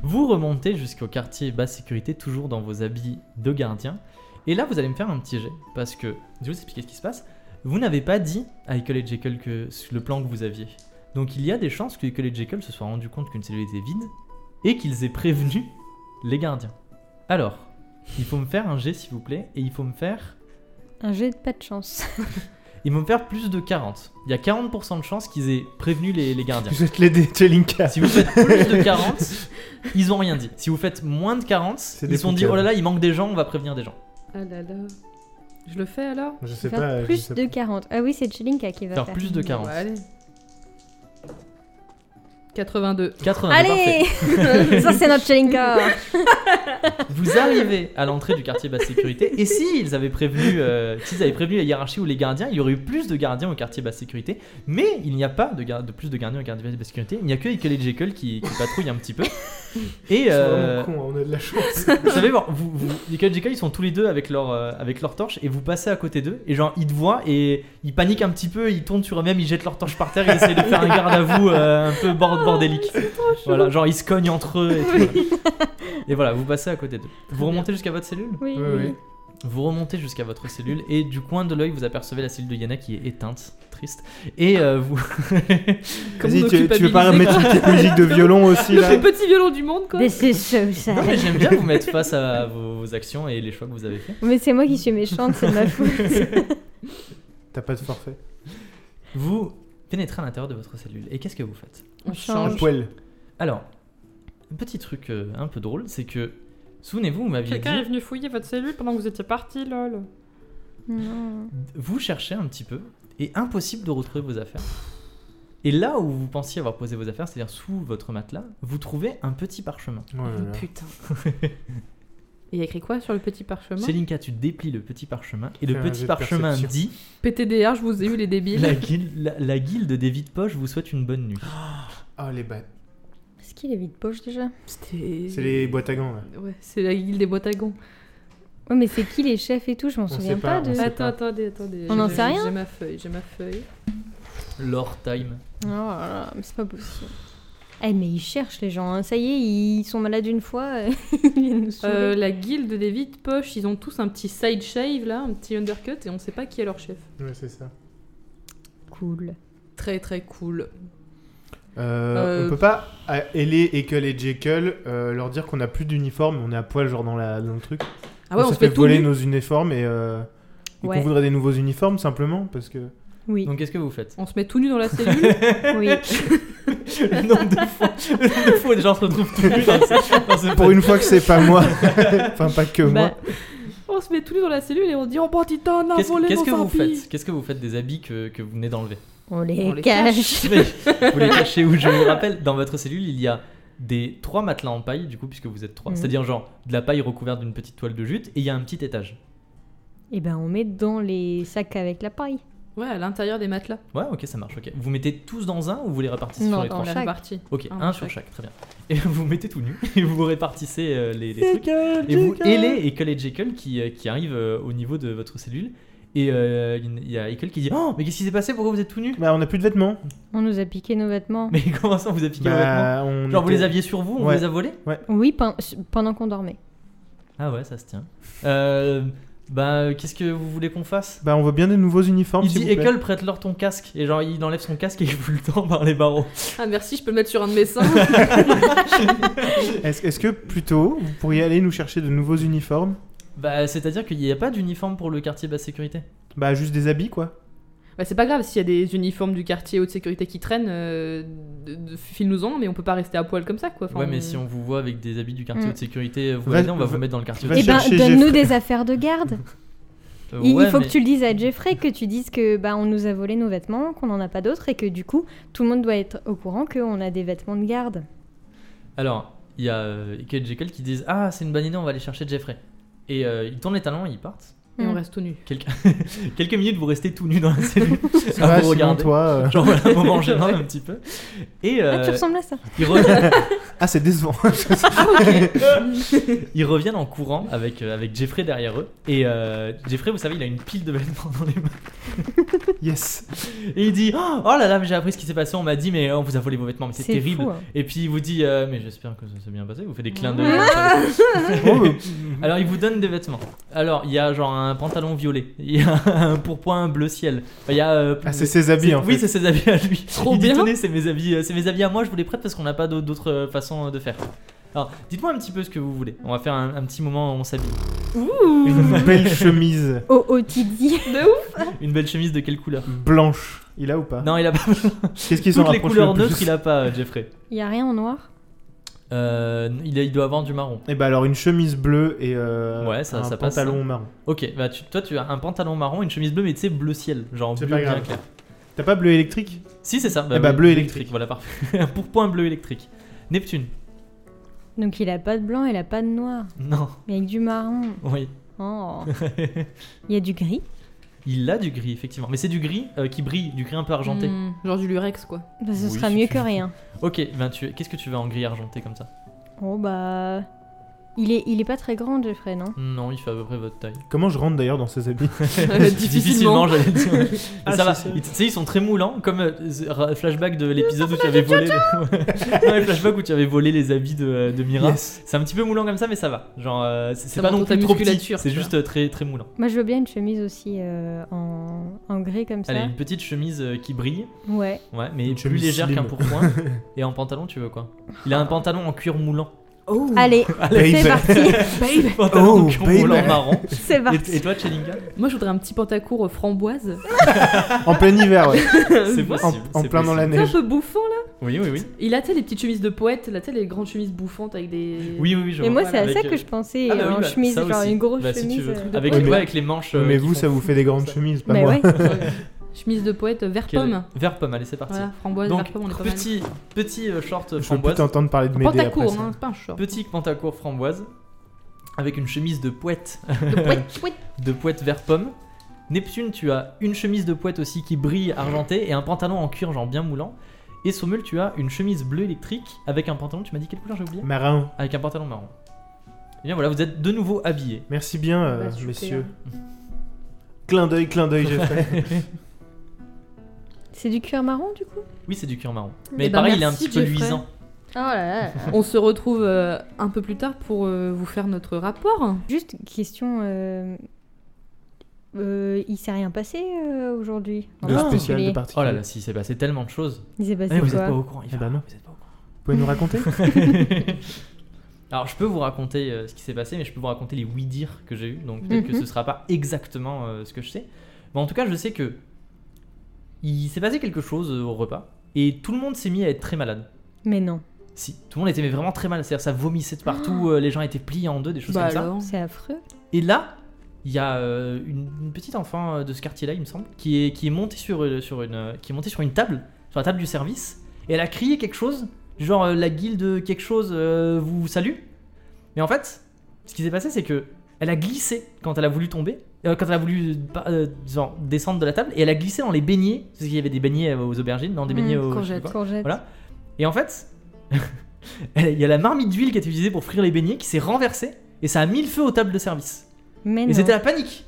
vous remontez jusqu'au quartier basse sécurité, toujours dans vos habits de gardien. Et là, vous allez me faire un petit jet, parce que je vais vous expliquer ce qui se passe. Vous n'avez pas dit à Ecole et Jekyll que le plan que vous aviez. Donc il y a des chances que Ecole et Jekyll se soient rendus compte qu'une cellule était vide et qu'ils aient prévenu les gardiens. Alors, il faut me faire un jet s'il vous plaît, et il faut me faire, Un jeu de pas de chance. il faut me faire plus de 40. Il y a 40% de chances qu'ils aient prévenu les, les gardiens. Vous êtes les dés chez Linka. Si vous faites plus de *laughs* 40, ils ont rien dit. Si vous faites moins de 40, C'est ils des se sont dit poucaves. oh là là, il manque des gens, on va prévenir des gens. Ah là là. Je le fais alors Je sais Faire pas. je plus sais de pas. 40. Ah oui, c'est Chelinka qui va Faire faire. plus de 40. Bon, allez. 82. 80, parfait. Allez *laughs* Ça, c'est notre Chelinka Vous arrivez à l'entrée du quartier basse sécurité et si ils avaient prévenu, euh, s'ils avaient prévenu la hiérarchie ou les gardiens, il y aurait eu plus de gardiens au quartier basse sécurité. Mais il n'y a pas de, gar- de plus de gardiens au quartier basse sécurité. Il n'y a que Nickel et Jekyll qui, qui patrouillent un petit peu. Et C'est euh, vraiment con, hein, on a de la chance. vous savez, bon, vous, vous, Nickel et Jekyll ils sont tous les deux avec leur euh, avec leur torche et vous passez à côté d'eux et genre ils te voient et ils paniquent un petit peu, ils tournent sur eux-mêmes, ils jettent leur torche par terre, ils essaient de faire un garde à vous euh, un peu Oh, bord- bordélique. Voilà, genre ils se cognent entre eux et tout. *laughs* Et voilà, vous passez à côté d'eux. Vous remontez jusqu'à votre cellule Oui, Ouais, oui. ouais. vous remontez jusqu'à votre cellule et du coin de l'œil, vous apercevez la cellule de Yana qui est éteinte, triste. Et euh, vous. Comme Vas-y, on tu, tu veux pas culpabilise, mettre une petite musique de violon aussi Le là plus petit violon du monde quoi. Mais c'est so sad. Non, mais j'aime bien vous mettre face à vos, vos actions et les choix que vous avez faits. Mais c'est moi qui suis méchante, c'est de ma faute. T'as pas de forfait. Vous pénétrez à l'intérieur de votre cellule et qu'est-ce que vous faites *laughs* On Un change. poil. Alors, un petit truc euh, un peu drôle, c'est que. Souvenez-vous, vous m'aviez dit. Quelqu'un est venu fouiller votre cellule pendant que vous étiez parti, lol. Non. Vous cherchez un petit peu et impossible de retrouver vos affaires. Et là où vous pensiez avoir posé vos affaires, c'est-à-dire sous votre matelas, vous trouvez un petit parchemin. Oh là là. Putain. *laughs* Il y a écrit quoi sur le petit parchemin Céline, tu déplies le petit parchemin et Fais le un jet petit de parchemin perception. dit PTDR, je vous ai eu les débiles. La guilde, la, la guilde des vides poches vous souhaite une bonne nuit. Ah, les bêtes. Est-ce qu'il est vide poche déjà C'était. C'est les boîtes à gants là. Ouais, c'est la guilde des boîtes à gants. Ouais, mais c'est qui les chefs et tout Je m'en souviens sait pas, pas, de. sait Attends, pas. attendez, attendez. On en J'ai- sait rien J'ai ma feuille, j'ai ma feuille. Lord Time. Oh là là, mais c'est pas possible. Eh, mais ils cherchent les gens, hein. ça y est, ils sont malades une fois, euh, *laughs* ils viennent nous saouler. Euh, la guilde des vides poches, ils ont tous un petit side shave là, un petit undercut et on sait pas qui est leur chef. Ouais, c'est ça. Cool. Très très cool. Euh, Euh, On peut pas à Ellie, Ekel et Jekyll euh, leur dire qu'on a plus d'uniforme, on est à poil genre dans, la, dans le truc. Ah ouais, on, on se s'est fait, fait tout voler nu. nos uniformes et, euh, et Ouais. qu'on voudrait des nouveaux uniformes simplement parce que. Oui, Donc qu'est-ce que vous *laughs* faites On se met tout nu dans la cellule. *laughs* oui. Le nombre de fois, le nombre de fois où les gens se retrouvent tout nus dans ce- dans ce- Pour une fois que c'est pas moi, enfin pas que moi. Bah, on se met tout nu dans la cellule et on dit on prend Titan, on a Qu'est-ce que- volé qu'est-ce nos que vous habits. faites Qu'est-ce que vous faites des habits que, que vous venez d'enlever *laughs* on les, On les cache. Mais Vous les cachez où Je vous rappelle, dans votre cellule, il y a des trois matelas en paille, du coup, puisque vous êtes trois. Mhm. C'est-à-dire genre de la paille recouverte d'une petite toile de jute et il y a un petit étage. Et ben, on met dans les sacs avec la paille. Ouais, à l'intérieur des matelas. Ouais, ok, ça marche. Ok. Vous mettez tous dans un ou vous les répartissez Non, sur les dans trois chaque. Là, c'est parti. Ok, Un un, dans sur chaque. chaque, très bien. *laughs* Et vous mettez tout nu et vous répartissez euh, les, les trucs. Et vous hélez et Jekyll qui, euh, qui arrive euh, au niveau de votre cellule Et euh, il y a une- il y a Ekel qui dit Oh, mais qu'est-ce qui s'est passé Pourquoi vous êtes tout nus Bah, on n'a plus de vêtements. On nous a piqué nos vêtements. Mais *laughs* comment ça, on vous a piqué vos vêtements Bah, on Genre, vous était- les aviez sur vous, on Ouais. vous les a volés Oui, pen- pendant qu'on dormait. Ah ouais, ça se tient. Euh, bah, qu'est-ce que vous voulez qu'on fasse Bah, on veut bien des nouveaux uniformes. Il s'il dit vous plaît. Ekel, prête-leur ton casque. Et genre, il enlève son casque et *laughs* il vous le tend par les barreaux. Ah merci, je peux le mettre sur un de mes seins. *laughs* Est-ce est-ce que plutôt vous pourriez aller nous chercher de nouveaux uniformes Bah, c'est-à-dire qu'il n'y a pas d'uniforme pour le quartier basse sécurité. Bah, juste des habits quoi. bah, c'est pas grave, s'il y a des uniformes du quartier haute sécurité qui traînent, euh, de- de- file-nous-en, mais on peut pas rester à poil comme ça quoi. Enfin, ouais, mais on- si on vous voit avec des habits du quartier euh, Mm. de sécurité, euh, vous Va- allez, on va va- vous mettre dans le quartier. va- de Eh ben, chercher donne-nous Jeffrey. des affaires *laughs* de garde. Euh, Il, il ouais, faut mais- que tu le dises à Jeffrey que tu dises que bah on nous a volé nos vêtements, qu'on n'en a pas d'autres et que du coup tout le monde doit être au courant qu'on a des vêtements de garde. Alors, il y a euh, Ekel et Jekyll qui disent Ah, c'est une bonne idée, on va aller chercher Jeffrey. Et euh, ils tournent les talons et ils partent. et on Mm. reste tout nu. *laughs* Quelques minutes, vous restez tout nu dans la *laughs* cellule. Ça va, Ah, vous Simon, regarder. toi. euh, Genre, *laughs* voilà, un moment gênant un petit peu. Et Ah, tu euh, ressembles à ça. ils, reviennent, *laughs* Ah, c'est décevant. *laughs* ils reviennent en courant avec, euh, avec Jeffrey derrière eux. Et euh, Jeffrey, vous savez, il a une pile de vêtements dans les mains. *laughs* yes. Et il dit Oh là là, mais j'ai appris ce qui s'est passé. On m'a dit, mais oh, on vous a volé vos vêtements, mais c'est terrible. *laughs* fou, hein. Et puis il vous dit, euh, mais j'espère que ça s'est bien passé, il vous fait des clins d'œil. Oh, euh, *laughs* Alors il vous donne des vêtements. Alors il y a genre un pantalon violet, *laughs* il y a un pourpoint bleu ciel. Il y a, euh, ah, c'est ses habits c'est- en fait. Oui, c'est ses habits à lui. Trop il dit, bien. tenez, c'est mes habits, euh, c'est mes habits à moi, je vous les prête parce qu'on n'a pas d'au- d'autre euh, façon euh, de faire. Alors dites-moi un petit peu ce que vous voulez. On va faire un, un petit moment, où on s'habille. *laughs* Une belle chemise Oh oh Tidi. De ouf Une belle chemise de quelle couleur blanche. Il a ou pas Non, il a pas *laughs* Qu'est-ce qu'ils sont toutes les couleurs neutres, il a pas euh, Jeffrey. Il y a rien en noir. Euh, il, a- il doit avoir du marron. Et bah alors une chemise bleue et euh, Ouais, ça- un ça passe, pantalon marron. Ok, bah tu- toi tu as un pantalon marron, une chemise bleue, mais tu sais bleu ciel, genre C'est bleu pas bien grave. clair. T'as pas bleu électrique Si, c'est ça. Eh bah, oui, bleu électrique. Voilà, parfait. *laughs* Un pourpoint bleu électrique. Neptune. Donc il a pas de blanc, il a pas de noir, Non, *laughs* mais avec du marron. oui. *laughs* Oh. Il y a du gris. Il a du gris, effectivement. Mais c'est du gris euh, qui brille, du gris un peu argenté. Mm, genre du *laughs* lurex quoi. Bah, ce Oui, sera si mieux tu que veux. rien. Ok, ben tu... qu'est-ce que tu veux en gris argenté comme ça Oh bah il est il est pas très grand Jeffrey non Non, il fait à peu près votre taille. Comment je rentre d'ailleurs dans ces habits *laughs* *laughs* Difficilement. j'allais dire. Mais Ah, ça va. c'est ça. Ils- Tu sais, ils sont très moulants, comme euh, z- flashback de l'épisode où tu avais volé. les- *laughs* Ouais, flashback où tu avais volé les habits de, euh, de Mira. Yes. C'est un petit peu moulant comme ça, mais ça va. Genre, euh, c'est- c'est Ça pas non montre ta plus trop petit. musculature, C'est tu vois. juste euh, très très moulant. Moi je veux bien une chemise aussi euh, en en gris comme ça. Allez, une petite chemise euh, qui brille. Ouais. Ouais, mais Une plus chemise légère slim. qu'un pourpoint. Et en pantalon, tu veux quoi Il a un pantalon en cuir moulant. Oh Allez, Baby. c'est parti. Pantalon en Oh, cuir baby. moulant marron. *laughs* C'est Et, et parti. toi, Chelinga Moi je voudrais un petit pantacourt euh, framboise. En plein hiver, ouais. *laughs* C'est *laughs* C'est possible. En, en c'est plein dans possible. la un neige. peu bouffant là. Oui, oui, oui. Il a tu sais, les petites chemises de poète, là tu sais, les grandes chemises bouffantes avec des. Oui, oui, oui. je Et vois. moi c'est à Avec, ça euh, que je pensais ah, bah oui, en bah, chemise, ça genre aussi. une grosse Bah, si tu chemise. veux. euh, de Avec, poil. poil. ouais, avec les manches. euh, Mais qui vous, font- ça vous fait des grandes chemises, pas Mais Bah, moi. ouais. Chemise de poète euh, vert Quel- pomme. Vert pomme, allez, c'est parti. Voilà, framboise, Donc, vert pomme, on est pas mal. petit, petit euh, short Je veux plus framboise. t'entendre parler de Médée après Pantacourt, ça. hein, c'est pas un short. Petit pantacourt framboise. Avec une chemise de poète. De poète, poète. de poète vert pomme. Neptune, tu as une chemise de poète aussi qui brille argentée et un pantalon en cuir genre bien moulant. Et Sommel, tu as une chemise bleue électrique avec un pantalon, tu m'as dit quelle couleur j'ai oublié Marin, Avec un pantalon marron. Et bien voilà, vous êtes de nouveau habillés. merci bien, euh, Bah, super. messieurs. hein. Clin d'œil, clin d'œil, *laughs* j'ai fait. C'est du cuir marron du coup Oui, c'est du cuir marron. Mais Eh ben, pareil, il est un merci, petit peu Geoffrey. luisant. Oh là là. On se retrouve euh, un peu plus tard pour euh, vous faire notre rapport. Juste une question. Euh... euh, il s'est rien passé euh, aujourd'hui. en De spécial, particulier. de particulier. Oh là là, si, il s'est passé tellement de choses. Il s'est Eh, passé vous êtes quoi pas au courant. Il Eh ben non. vous êtes pas au courant. Vous pouvez nous raconter *laughs* Alors, je peux vous raconter euh, ce qui s'est passé, mais je peux vous raconter les oui-dire que j'ai eu. Donc, peut-être que Mhm. ce sera pas exactement euh, ce que je sais. Mais en tout cas, je sais que il s'est passé quelque chose euh, au repas et tout le monde s'est mis à être très malade. Mais non, Si, tout le monde était mais vraiment très mal. C'est-à-dire, ça vomissait de partout, euh, les gens étaient pliés en deux, des choses Bah comme ça. alors. c'est affreux. Et là, il y a euh, une, une petite enfant euh, de ce quartier-là, il me semble, qui est, qui est montée sur, euh, sur une, euh, qui est montée sur une table, sur la table du service, et elle a crié quelque chose, du genre euh, la guilde quelque chose euh, vous salue. Mais en fait, ce qui s'est passé, c'est que elle a glissé quand elle a voulu tomber, euh, quand elle a voulu euh, pas- euh, genre, descendre de la table, et elle a glissé dans les beignets, parce qu'il y avait des beignets euh, aux aubergines, non des Mm, beignets aux. je sais courgettes. pas quoi. Courgette. Voilà. Et en fait, *laughs* il y a la marmite d'huile qui a été utilisée pour frire les beignets qui s'est renversée, et ça a mis le feu aux tables de service. Mais Et non. c'était la panique.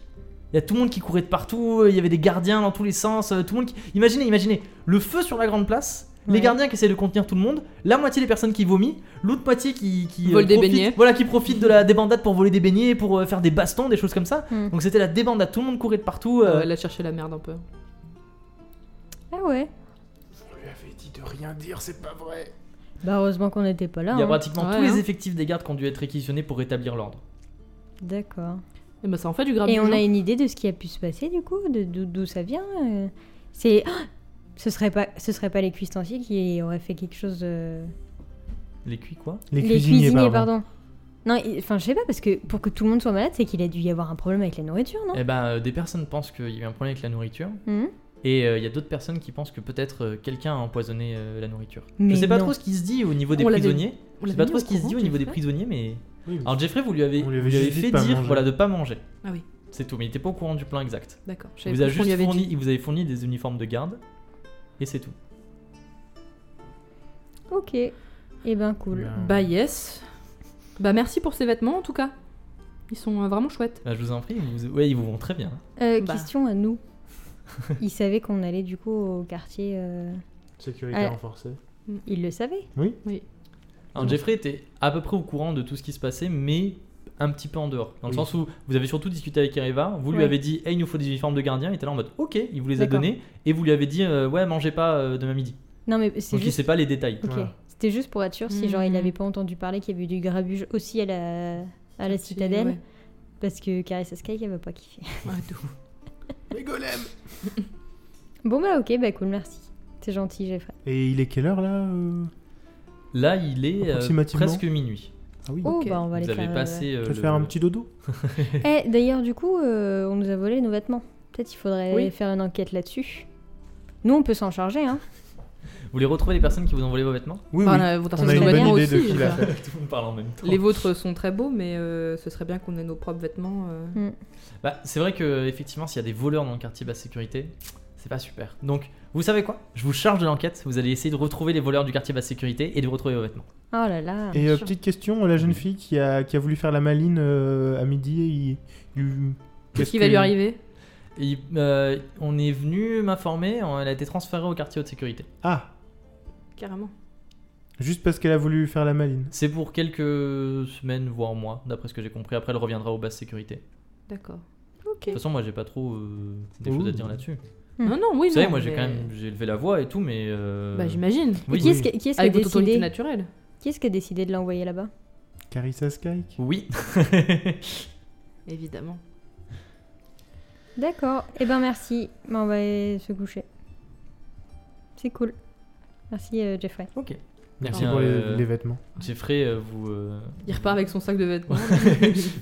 Il y a tout le monde qui courait de partout, euh, il y avait des gardiens dans tous les sens, euh, tout le monde qui... Imaginez, imaginez, le feu sur la grande place, les Ouais. gardiens qui essaient de contenir tout le monde, la moitié des personnes qui vomissent, l'autre moitié qui... qui euh, Vole des profite- beignets. Voilà, qui profite de la débandade pour voler des beignets, pour euh, faire des bastons, des choses comme ça. Hmm. Donc c'était la débandade, tout le monde courait de partout. euh, Elle a cherché la merde un peu. Ah ouais. On lui avait dit de rien dire, c'est pas vrai. Bah heureusement qu'on n'était pas là. Il y a hein. pratiquement Ouais, tous hein. les effectifs des gardes qui ont dû être réquisitionnés pour rétablir l'ordre. D'accord. Et bah ça en fait du grave. Et on a une idée de ce qui a pu se passer du coup, de- d'où d'où ça vient. euh, C'est, Ah ce serait pas, ce serait pas les cuistanciers qui auraient fait quelque chose. euh, Les cuits quoi Les, cuisiniers, pardon. Non, il- enfin je sais pas parce que pour que tout le monde soit malade, c'est qu'il a dû y avoir un problème avec la nourriture, non Eh ben, euh, des personnes pensent qu'il y a eu un problème avec la nourriture, Hmm et euh, il y a d'autres personnes qui pensent que peut-être euh, quelqu'un a empoisonné euh, la nourriture. Mais Je sais pas non. trop ce qui se dit au niveau des On l'avait- prisonniers. on Je sais l'avait pas mis trop au ce qui se courant, dit au niveau des Jeffrey prisonniers, mais. Oui, mais Alors Jeffrey, vous lui avez, On lui avait vous lui avez juste dit fait de pas dire manger. voilà, de pas manger. Ah oui. C'est tout, mais il était pas au courant du plan exact. D'accord. Je Il savais vous, a pas qu'on juste lui avait fourni, dit. il vous avait fourni des uniformes de garde, et c'est tout. Ok. Et ben cool. Ben, Bah yes. Bah merci pour ces vêtements en tout cas. Ils sont euh, vraiment chouettes. Bah, je vous en prie, vous... ouais, ils vous vont très bien. Euh, Bah. Question à nous. Ils savaient qu'on allait du coup au quartier. euh, Sécurité Ah. renforcée. Ils le savaient. Alors Jeffrey était à peu près au courant de tout ce qui se passait, mais un petit peu en dehors. Dans le Oui. sens où vous avez surtout discuté avec Ereva, vous lui Ouais. avez dit hey, il nous faut des uniformes de gardien, il était là en mode ok, il vous les a D'accord. donnés, et vous lui avez dit euh, ouais, mangez pas euh, demain midi. Non mais c'est Donc il juste. sait pas les détails. Ok. Voilà. C'était juste pour être sûr si genre il Mhm. n'avait pas entendu parler qu'il y avait eu du grabuge aussi à la à la citadelle Ouais. parce que Carissa Sky elle va pas kiffer. Ouais, de ouf. Les golems Bon bah ok bah cool merci. C'est gentil Jeffrey. Et il est quelle heure là euh Là il est euh, Approximativement. presque minuit. Ah oui. Oh Ok. bah on va vous les avez faire. euh, passé. euh, Je vais le- faire un petit dodo. Eh d'ailleurs du coup euh, on nous a volé nos vêtements. Peut-être il faudrait Oui. faire une enquête là-dessus. Nous on peut s'en charger hein. Vous voulez retrouver les personnes qui vous ont volé vos vêtements Oui, Bah, oui. on a- vous On a tentez une nos bonne vêtements idée de aussi, qui l'a enfin. fait. Tout le monde parle en même temps. Les vôtres sont très beaux, mais euh, ce serait bien qu'on ait nos propres vêtements. euh. Bah, c'est vrai que effectivement, s'il y a des voleurs dans le quartier basse sécurité, c'est pas super. Donc, vous savez quoi Je vous charge de l'enquête. Vous allez essayer de retrouver les voleurs du quartier basse sécurité et de retrouver vos vêtements. Oh là là. Et euh, sûr. petite question, la jeune fille qui a, qui a voulu faire la maline euh, à midi, il- il- Qu'est-ce qui va lui arriver Et, euh, on est venu m'informer. on- Elle a été transférée au quartier haute sécurité. Ah, Carrément. juste parce qu'elle a voulu faire la maline. C'est pour quelques semaines, voire mois, d'après ce que j'ai compris. Après, elle reviendra aux basses sécurités. De D'accord. toute façon, moi, j'ai pas trop euh, des Ouh. choses à dire là-dessus. Mm. Non, non, oui, Vous savez, non, moi, j'ai mais- quand même j'ai élevé la voix et tout, mais. euh, Bah j'imagine. Et oui. qui est-ce qui, qui est-ce qui a Avec votre autorité décidé naturelle. qui est-ce qui a décidé de l'envoyer là-bas Carissa Skyke Oui. *laughs* Évidemment. D'accord. Eh ben merci. Bah, on va aller se coucher. C'est cool. Merci euh, Jeffrey. ok. Merci Bien, pour les, euh, les vêtements. Jeffrey, euh, vous. euh, Il repart avec son sac de vêtements.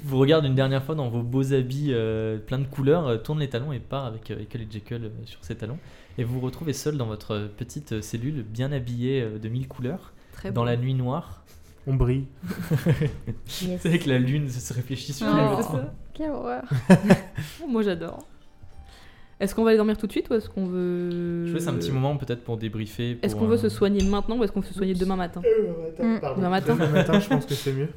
vous regarde une dernière fois dans vos beaux habits euh, plein de couleurs, euh, tourne les talons et part avec euh, Ekel et Jekyll euh, sur ses talons. Et vous vous retrouvez seul dans votre euh, petite euh, cellule, bien habillée euh, de mille couleurs, Très dans bon. la nuit noire. On brille. Yes. C'est avec la lune se- se réfléchit sur Oh. les C'est vêtements. ça. Quelle horreur. Oh, Moi j'adore. Est-ce qu'on va aller dormir tout de suite ou est-ce qu'on veut. Je laisse un petit moment peut-être pour débriefer. Est-ce pour, qu'on euh, veut se soigner maintenant ou est-ce qu'on veut se soigner demain matin Mm. Demain matin. Demain matin, je pense que c'est mieux.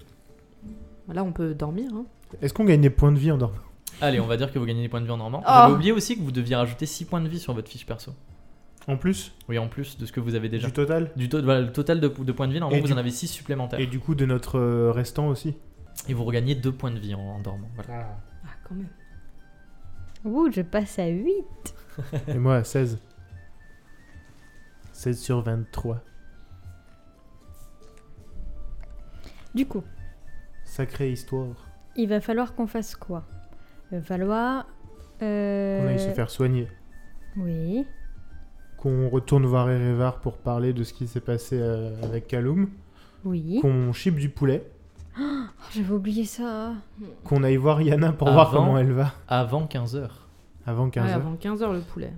Là on peut dormir. Hein. Est-ce qu'on gagne des points de vie en dormant Allez, on va dire que vous gagnez des points de vie en normand. Oh. J'avais oublié aussi que vous deviez rajouter 6 points de vie sur votre fiche perso. En plus Oui, en plus de ce que vous avez déjà. Du total Du to- voilà, le total de, de points de vie, normalement Et vous du- en avez 6 supplémentaires. Et Et, du coup, de notre euh, restant aussi. vous regagnez 2 points de vie en, en dormant. Voilà. Ah quand même. Ouh, je passe à 8. Et moi, à 16. 16 sur 23. Du coup, Sacrée histoire. il va falloir qu'on fasse quoi Il va falloir... euh, On aille se faire soigner. Oui. Qu'on retourne voir Erevar pour parler de ce qui s'est passé euh, avec Kaloum. Oui. Qu'on chipe du poulet. Oh, J'avais oublié ça. Qu'on aille voir Yana pour voir Avant. comment elle va Avant 15h. *laughs* avant 15h. Ouais, avant 15h le poulet.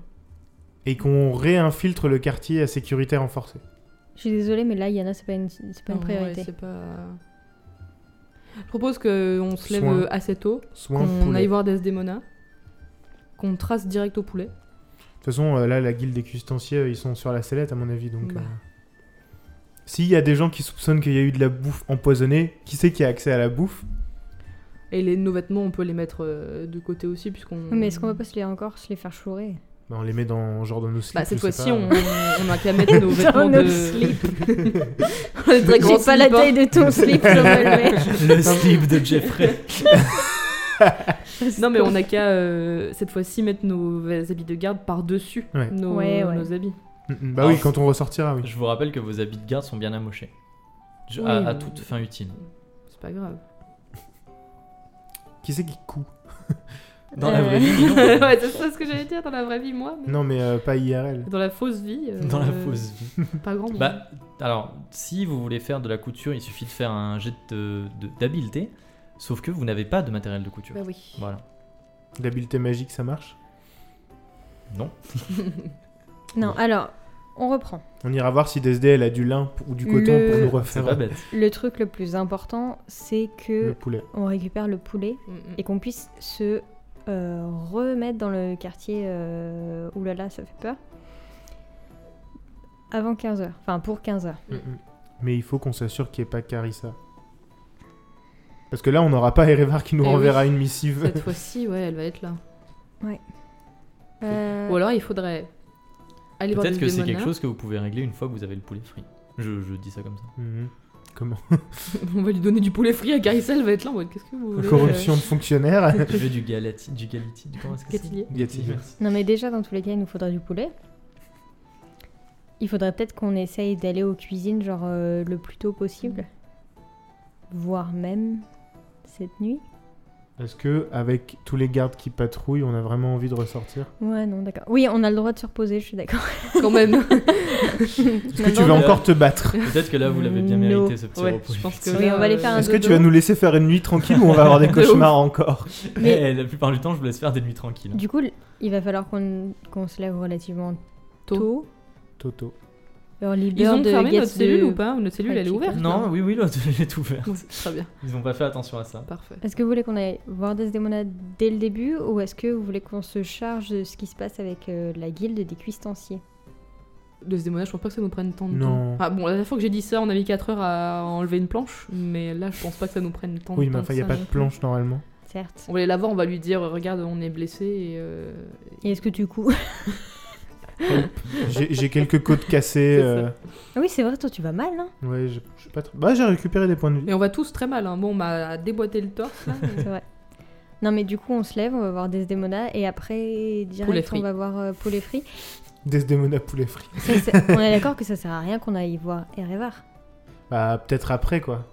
Et qu'on réinfiltre le quartier à sécurité renforcée. Je suis désolée, mais là, Yana, c'est pas une, c'est pas une Non, ouais, priorité. c'est pas. Je propose qu'on se lève Soin. euh, assez tôt, Soin qu'on poulet. aille voir Desdemona, qu'on trace direct au poulet. De toute façon, euh, là, la guilde des custanciers, euh, ils sont sur la sellette, à mon avis. Donc, Bah. euh, s'il y a des gens qui soupçonnent qu'il y a eu de la bouffe empoisonnée, qui c'est qui a accès à la bouffe Et Et les, nos vêtements, on peut les mettre euh, de côté aussi, puisqu'on. Mais est-ce qu'on va pas se les encore se les *laughs* faire chourer Bah, on les met dans genre dans nos slips. Bah, cette je sais fois-ci, pas. on, on a qu'à *laughs* mettre nos vêtements Dans de. notre *laughs* slip. On a des très J'ai grands pas la slips, hein. taille de ton slip, je me le mets. Le slip de Jeffrey. *laughs* Non, mais on a qu'à euh, cette fois-ci mettre nos habits de garde par-dessus Ouais. nos, Ouais, ouais. nos habits. Mm, mm, Bah oui, Alors, quand on ressortira, oui. Oh. Je vous rappelle que vos habits de garde sont bien amochés. Je- Oui, à, à mais- toute fin utile. C'est pas grave. Qui c'est qui coud Dans la Euh. vraie *laughs* vie, non. ouais, c'est ça ce que j'allais dire dans la vraie vie, moi. mais- Non, mais euh, pas IRL. Dans la fausse vie. euh, Dans la fausse vie. Pas grand monde. Bah, alors, si vous voulez faire de la couture, il suffit de faire un jet de- de- d'habileté, sauf que vous n'avez pas de matériel de couture. Bah oui. Voilà. L'habileté magique, ça marche Non. Non, alors, on reprend. On ira voir si DSD elle a du lin p- ou du coton Le- pour nous C'est refaire euh, pas bête. Le truc le plus important, c'est le que poulet. on récupère le poulet Mm, mm. et qu'on puisse se euh, remettre dans le quartier. Euh... Ouh là là, ça fait peur. Avant 15h, enfin pour 15h. Mm, mm. Mais il faut qu'on s'assure qu'il n'y ait pas Carissa. Parce que là, on n'aura pas Erevar qui nous Eh renverra oui. une missive. Cette fois-ci, ouais, elle va être là. Euh, Ou alors il faudrait aller voir Peut-être des que c'est quelque démonarques. chose que vous pouvez régler une fois que vous avez le poulet frit. Je, je dis ça comme ça. *laughs* Euh, Mhm. Comment *laughs* On va lui donner du poulet frit à Carissa, elle va être là en mode qu'est-ce que vous voulez euh, Corruption *laughs* de fonctionnaires Je veux du galati, du galiti, du comment est-ce que c'est *laughs* Gatilier. Gatilier. merci. Non mais déjà dans tous les cas il nous faudrait du poulet. Il faudrait peut-être qu'on essaye d'aller aux cuisines genre euh, le plus tôt possible. Voire même cette nuit. Est-ce que, avec tous les gardes qui patrouillent, on a vraiment envie de ressortir Ouais non d'accord. Oui on a le droit de se reposer je suis d'accord. euh, *laughs* Quand même. Est-ce que tu non, vas mais- encore te battre Peut-être que là, vous l'avez bien No. mérité, ce petit Ouais, repos. je pense *laughs* que. Oui, là, on va les euh, faire un- Est-ce que tu dodo. vas nous laisser faire une nuit tranquille ou on va avoir *laughs* des De ouf. cauchemars encore Mais- Eh, la plupart du temps, je vous laisse faire des nuits tranquilles. Du coup il va falloir qu'on qu'on se lève relativement Tôt. tôt. Toto. Leur Ils leader ont de fermé notre Gates cellule de- ou pas Notre cellule, elle est ouverte. Non, oui, oui, l'autre, j'ai tout ouvert. là. Ouais, *laughs* Très bien, Ils n'ont pas fait attention à *laughs* ça. parfait. Est-ce que vous voulez qu'on aille voir Desdemona dès le début ou est-ce que vous voulez qu'on se charge de ce qui se passe avec euh, la guilde des cuistanciers De ce démonage, je pense pas que ça nous prenne tant de temps. Non. Ah bon, la dernière fois que j'ai dit ça, on a mis 4 heures à enlever une planche, mais là, je pense pas que ça nous prenne tant Oui, de temps. mais enfin, que il n'y a ça pas non de plus. planche *laughs* normalement. Certes. On va aller la voir, on va lui dire regarde, on est blessé et. euh, Et est-ce que tu *laughs* couds J'ai j'ai quelques côtes cassées. C'est ça. euh, Ah oui c'est vrai toi tu vas mal hein Ouais, je je sais pas trop. Bah, j'ai récupéré des points de vie. Et on va tous très mal. Hein. Bon, on m'a déboîté le torse là. *laughs* mais- C'est vrai. Non, mais du coup, on se lève, on va voir Desdemona, et après, Poulet direct, frit. on va voir euh, Poulet Frit. Desdemona poulet frit. Ça, c'est- on est d'accord que ça sert à rien qu'on aille voir Erevar. Bah, peut-être après, quoi.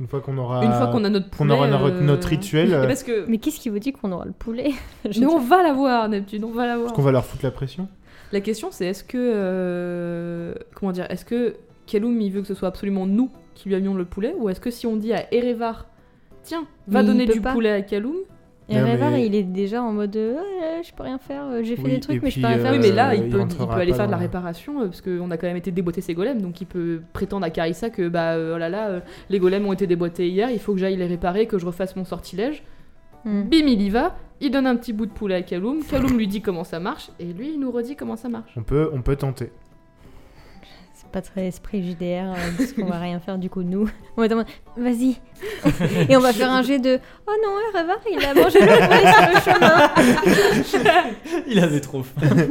Une fois qu'on aura... Une fois qu'on a notre poulet. Ah, qu'on aura notre, euh, notre *laughs* rituel, et euh, parce que. Mais qu'est-ce qui vous dit qu'on aura le poulet *laughs* Je Mais on va la voir, Neptune, on va la parce voir. qu'on va leur foutre la pression. La question c'est est-ce que. euh, Comment dire Est-ce que Kaloum il veut que ce soit absolument nous qui lui amions le poulet Ou est-ce que si on dit à Erevar Tiens, va Mais il donner peut du pas. poulet à Kaloum Et Erevar, Non, mais- il est déjà en mode euh, Ouais, je peux rien faire, euh, j'ai fait Oui, des trucs, et mais je puis, peux rien euh, faire. Ah oui, mais là, il, il peut, il rentrera peut aller pas faire de la dans la- réparation, euh, parce qu'on a quand même été déboîté ses golems, donc il peut prétendre à Carissa que, bah, euh, oh là là, euh, les golems ont été déboîtés hier, il faut que j'aille les réparer, que je refasse mon sortilège. Hmm. Bim, il y va, il donne un petit bout de poulet à Kaloum, Kaloum lui dit comment ça marche, et lui, il nous redit comment ça marche. On peut, on peut tenter. C'est pas très esprit JDR, euh, parce qu'on va rien faire du coup, nous. On va être en mode, Vas-y Et on va faire un jet de Oh non, Erevar, il a mangé le poulet sur le chemin Il avait trop faim.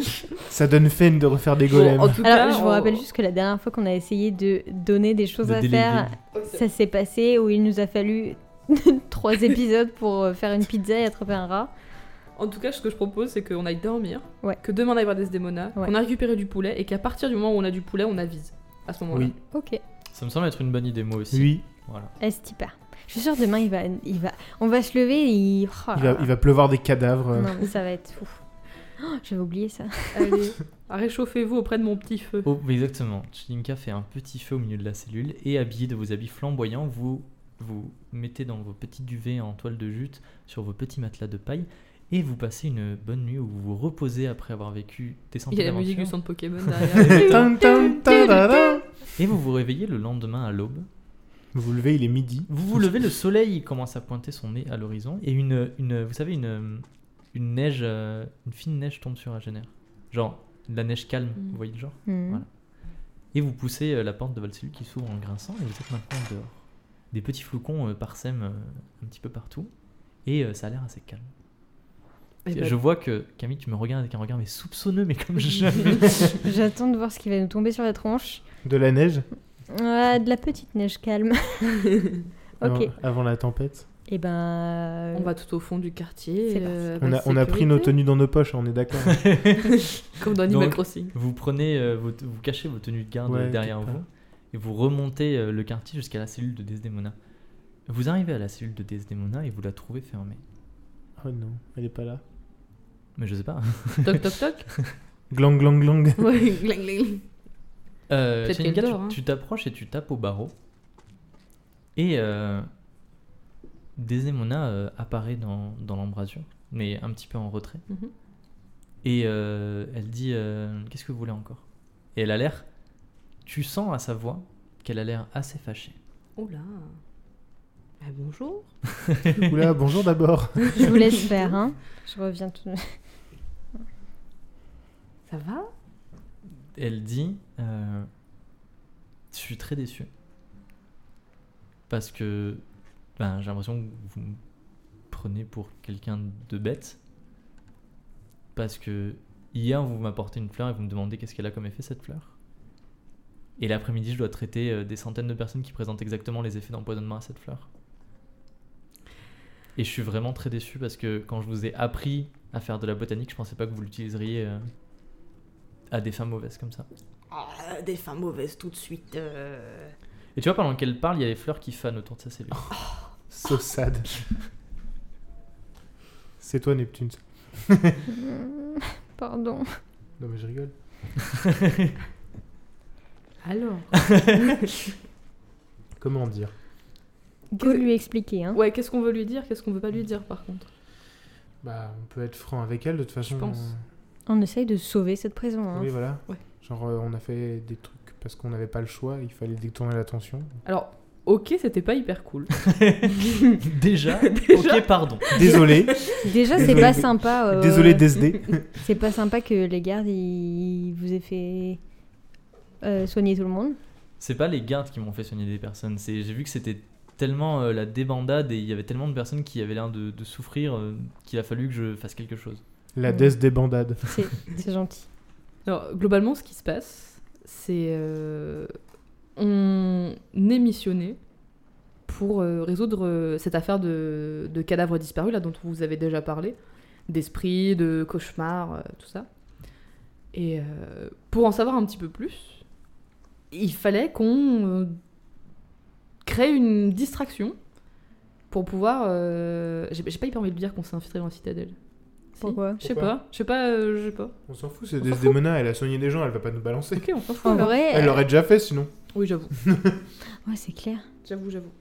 Ça donne peine de refaire des Bon, golems. en tout Alors, cas, je vous on- rappelle juste que la dernière fois qu'on a essayé de donner des choses De à déléguer. faire, ça s'est passé où il nous a fallu *laughs* trois épisodes pour euh, faire une pizza et attraper un rat. En tout cas, ce que je propose, c'est qu'on aille dormir, Ouais. que demain on aille voir Desdemona, Ouais. qu'on a récupéré du poulet, et qu'à partir du moment où on a du poulet, on avise. À ce moment-là. Oui, Ok, Ça me semble être une bonne idée, moi aussi. oui. Voilà. est pas Je suis sûre demain il va, il va, on va se lever et il. oh là Il va, là. il va pleuvoir des cadavres. euh. Non mais ça va être fou. Oh, J'avais oublié ça. Allez, réchauffez-vous auprès de mon petit feu. Oh, exactement. Chilinka fait un petit feu au milieu de la cellule et habillé de vos habits flamboyants, vous vous mettez dans vos petits duvets en toile de jute sur vos petits matelas de paille et vous passez une bonne nuit où vous vous reposez après avoir vécu des Il y centaines a la musique du d'aventures centre Pokémon *laughs* derrière. *laughs* *laughs* Tin, tin, tin, da, da. et vous vous réveillez le lendemain à l'aube. Vous vous levez, il est midi. Vous vous levez, le soleil commence à pointer son nez à l'horizon et une, une vous savez une une neige euh, une fine neige tombe sur Agener. Genre de la neige calme, Mm. vous voyez le genre Hmm. Voilà. Et vous poussez euh, la porte de votre cellule qui s'ouvre en grinçant et vous êtes maintenant dehors. des petits flocons euh, parsèment euh, un petit peu partout. Et euh, ça a l'air assez calme. Eh ben, Je vois que Camille, tu me regardes avec un regard mais soupçonneux, mais comme jamais. J'attends de voir ce qui va nous tomber sur la tronche. De la neige Ah, de la petite neige calme. *laughs* ok. avant, avant la tempête. Et ben. On va tout au fond du quartier. C'est parti. euh, On a, par on a pris nos sécurité. tenues dans nos poches, on est *laughs* d'accord. Comme dans Animal Donc, *laughs* Crossing. vous prenez, euh, vos- vous cachez vos tenues de garde euh, Ouais, derrière quelque vous et vous remontez euh, le quartier jusqu'à la cellule de Desdemona. Vous arrivez à la cellule de Desdemona et vous la trouvez fermée. oh non, elle est pas là. Mais je sais pas. Toc toc *laughs* toc. Glang, glang, glang. Ouais, gling, gling. Euh, Peut-être Tchelinka, qu'elle tu- dort, hein. tu t'approches et tu tapes au barreau. Et euh, Desdemona euh, apparaît dans, dans l'embrasure, mais un petit peu en retrait. Mhm. Et euh, elle dit euh, Qu'est-ce que vous voulez encore Et elle a l'air. Tu sens à sa voix qu'elle a l'air assez fâchée. Oh là. Bah, bonjour. *laughs* Oula, bonjour d'abord. Je vous laisse faire, hein. Je reviens tout de *laughs* Ça va Elle dit euh, Je suis très déçu. Parce que ben, j'ai l'impression que vous me prenez pour quelqu'un de bête. Parce que hier, vous m'apportez une fleur et vous me demandez qu'est-ce qu'elle a comme effet cette fleur. Et l'après-midi, je dois traiter euh, des centaines de personnes qui présentent exactement les effets d'empoisonnement à cette fleur. Et je suis vraiment très déçu parce que quand je vous ai appris à faire de la botanique, je pensais pas que vous l'utiliseriez euh, à des fins mauvaises comme ça. Ah, Des fins mauvaises tout de suite. euh. Et tu vois, pendant qu'elle parle, il y a les fleurs qui fanent autour de *laughs* sa cellule. *laughs* So sad. C'est toi, Neptune. suite. Pardon. Non, mais je rigole. Alors Comment dire Go lui expliquer, hein. Ouais, qu'est-ce qu'on veut lui dire Qu'est-ce qu'on veut pas lui dire par contre Bah, on peut être franc avec elle, de toute façon. euh, pense. On essaye de sauver cette prison, hein. Oui, voilà. Ouais. Genre, euh, on a fait des trucs parce qu'on n'avait pas le choix, il fallait détourner l'attention. Alors, ok, c'était pas hyper cool. *laughs* Déjà, ok, pardon. Désolé, Déjà, c'est Désolé. pas sympa. euh, désolé DSD. C'est pas sympa que les gardes ils vous aient fait euh, soigner tout le monde. C'est pas les gardes qui m'ont fait soigner des personnes. C'est, j'ai vu que c'était tellement euh, la débandade et il y avait tellement de personnes qui avaient l'air de, de souffrir euh, qu'il a fallu que je fasse quelque chose. La des des bandades. C'est c'est gentil. Alors, globalement, ce qui se passe, c'est. euh, on est missionné pour euh, résoudre euh, cette affaire de, de cadavres disparus, là, dont on vous avez déjà parlé, d'esprits, de cauchemars, euh, tout ça. Et euh, pour en savoir un petit peu plus, il fallait qu'on euh, crée une distraction pour pouvoir. euh, J'ai j'ai pas hyper envie de dire qu'on s'est infiltré dans la citadelle. Si Pourquoi Je sais Pourquoi pas, je sais pas, euh, je sais pas. On s'en fout, c'est Desdemona, elle a soigné des gens, elle va pas nous balancer. Ok, on s'en fout. En alors. vrai, Elle l'aurait déjà fait sinon. Oui, j'avoue. ouais, c'est clair. J'avoue, j'avoue.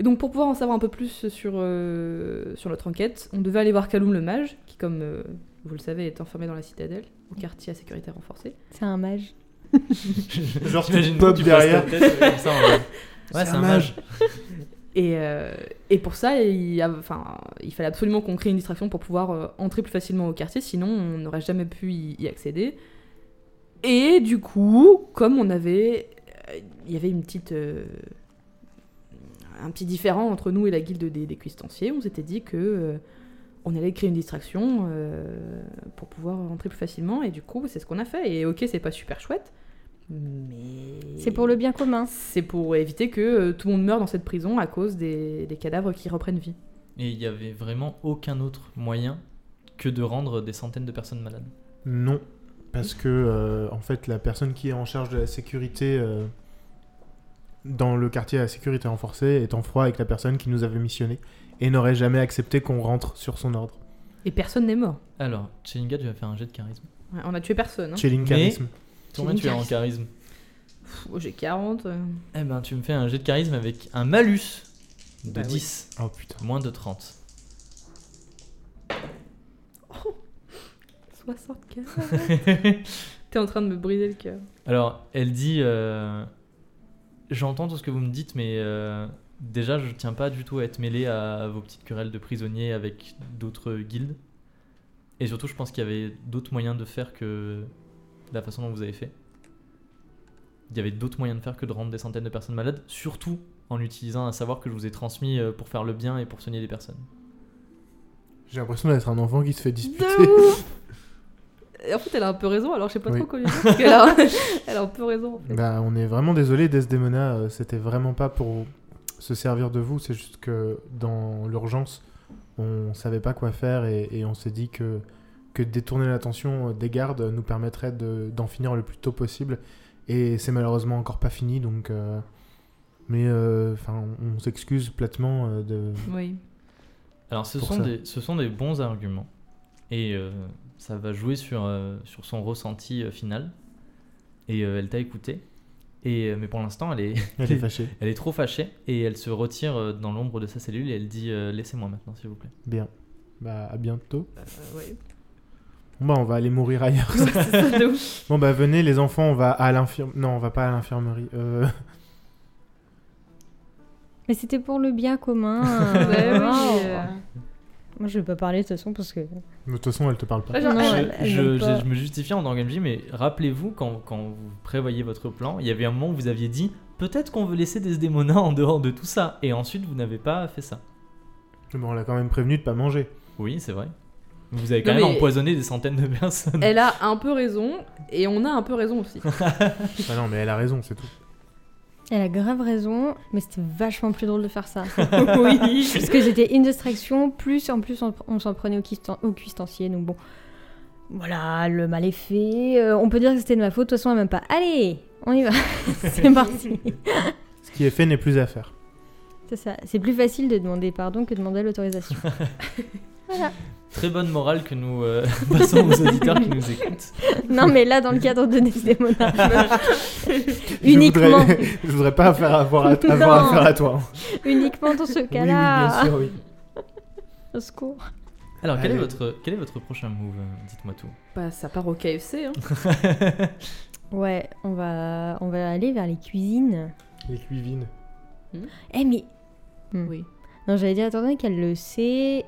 Et donc pour pouvoir en savoir un peu plus sur, euh, sur notre enquête, on devait aller voir Kaloum le mage, qui comme euh, vous le savez est enfermé dans la citadelle, au quartier à sécurité renforcée. C'est un mage. *laughs* Genre, tu T'imagines pop tu passes ta derrière. tête, euh, comme ça, en *laughs* mode, Ouais, c'est un mage. Et, euh, et pour ça, il, y a- enfin, il fallait absolument qu'on crée une distraction pour pouvoir euh, entrer plus facilement au quartier, sinon on n'aurait jamais pu y, y accéder. Et du coup, comme on avait... euh, Il y avait une petite... euh, un petit différent entre nous et la guilde des, des cuistanciers, on s'était dit que... euh, on allait créer une distraction euh, pour pouvoir entrer plus facilement et du coup c'est ce qu'on a fait et ok c'est pas super chouette mais C'est pour le bien commun. c'est pour éviter que euh, tout le monde meure dans cette prison à cause des, des cadavres qui reprennent vie. Et il y avait vraiment aucun autre moyen que de rendre des centaines de personnes malades. Non, parce que euh, en fait, la personne qui est en charge de la sécurité euh, dans le quartier à la sécurité renforcée est en froid avec la personne qui nous avait missionné et n'aurait jamais accepté qu'on rentre sur son ordre. Et personne n'est mort. Alors, Chelinga, tu vas faire un jet de charisme. Ouais, on a tué personne. hein. Chilling Mais- charisme. Combien tu es en charisme Pff, J'ai 40. euh. Eh ben, tu me fais un jet de charisme avec un malus de Bah oui. 10, Oh putain. moins de 30. *laughs* 64. T'es en train de me briser le cœur. *laughs* Alors, elle dit euh, J'entends tout ce que vous me dites, mais euh, déjà, je tiens pas du tout à être mêlé à, vos petites querelles de prisonniers avec d'autres guildes. Et surtout, je pense qu'il y avait d'autres moyens de faire que la façon dont vous avez fait. Il y avait d'autres moyens de faire que de rendre des centaines de personnes malades, surtout en utilisant un savoir que je vous ai transmis euh, pour faire le bien et pour soigner les personnes. J'ai l'impression d'être un enfant qui se fait disputer. De ouf Et En fait, elle a un peu raison, alors je sais pas Oui. trop quoi lui *laughs* dire. parce qu'elle a... elle a un peu raison. en fait. Bah, on est vraiment désolé, Desdemona. euh, C'était vraiment pas pour se servir de vous. C'est juste que dans l'urgence, on savait pas quoi faire et, et on s'est dit que, que détourner l'attention des gardes nous permettrait de- d'en finir le plus tôt possible. Et c'est malheureusement encore pas fini, donc. euh, Mais euh, enfin, on s'excuse platement euh, de. Oui. Alors ce Pour sont, ça. des, ce sont des bons arguments et euh, ça va jouer sur, euh, sur son ressenti euh, final. Et euh, elle t'a écouté. Et, euh, mais pour l'instant, elle est, *laughs* Elle est fâchée. elle est trop fâchée et elle se retire euh, dans l'ombre de sa cellule et elle dit euh, Laissez-moi maintenant, s'il vous plaît. Bien. Bah, à bientôt. Euh, oui. Bon, bah, on va aller mourir ailleurs. C'est *laughs* ça, de ouf. Bon, bah, venez, les enfants, on va à l'infirmerie. Non, on va pas à l'infirmerie. Euh, Mais c'était pour le bien commun. *laughs* Ouais, *laughs* ouais, euh, mais, wow. euh, Moi, je vais pas parler de toute façon parce que. De toute façon, elle te parle pas. Ah, genre, Non, elle- elle- je, elle je- aime pas. je- je me justifie en tant qu'MJ, mais rappelez-vous quand, quand vous prévoyez votre plan, il y avait un moment où vous aviez dit Peut-être qu'on veut laisser Desdemona en dehors de tout ça. Et ensuite, vous n'avez pas fait ça. Bon, on l'a quand même prévenu de pas manger. Oui, c'est vrai. Vous avez quand Non, même mais- empoisonné des centaines de *laughs* personnes. elle a un peu raison, et on a un peu raison aussi. Ah non, mais elle a raison, c'est tout. Elle a grave raison, mais c'était vachement plus drôle de *laughs* faire ça. oui. parce que c'était une distraction, plus en plus on, on s'en prenait au, cuistan- au cuistancier, donc bon. Voilà, le mal est fait. euh, on peut dire que c'était de ma faute, de toute façon, elle m'aime pas. Allez, *laughs* on y va. c'est parti. Ce qui est fait n'est plus à faire. C'est ça. C'est plus facile de demander pardon que de *laughs* demander l'autorisation. Très bonne morale que nous euh, *laughs* passons aux auditeurs qui nous écoutent. non, mais là, dans le cadre de Desdemona. *laughs* Je *laughs* uniquement, voudrais- *laughs* Je voudrais, pas faire avoir à, avoir Non. à faire à toi. hein. uniquement dans ce Oui, oui, bien cas-là. sûr, oui. Au secours. Alors, quel est, Allez. votre, quel est votre prochain move euh, Dites-moi tout. Bah, ça part au KFC. Hein. Ouais, on va, on va aller vers les cuisines. Les cuivines. Eh mais Oui. Hmm. non, j'allais dire étant donné qu'elle le sait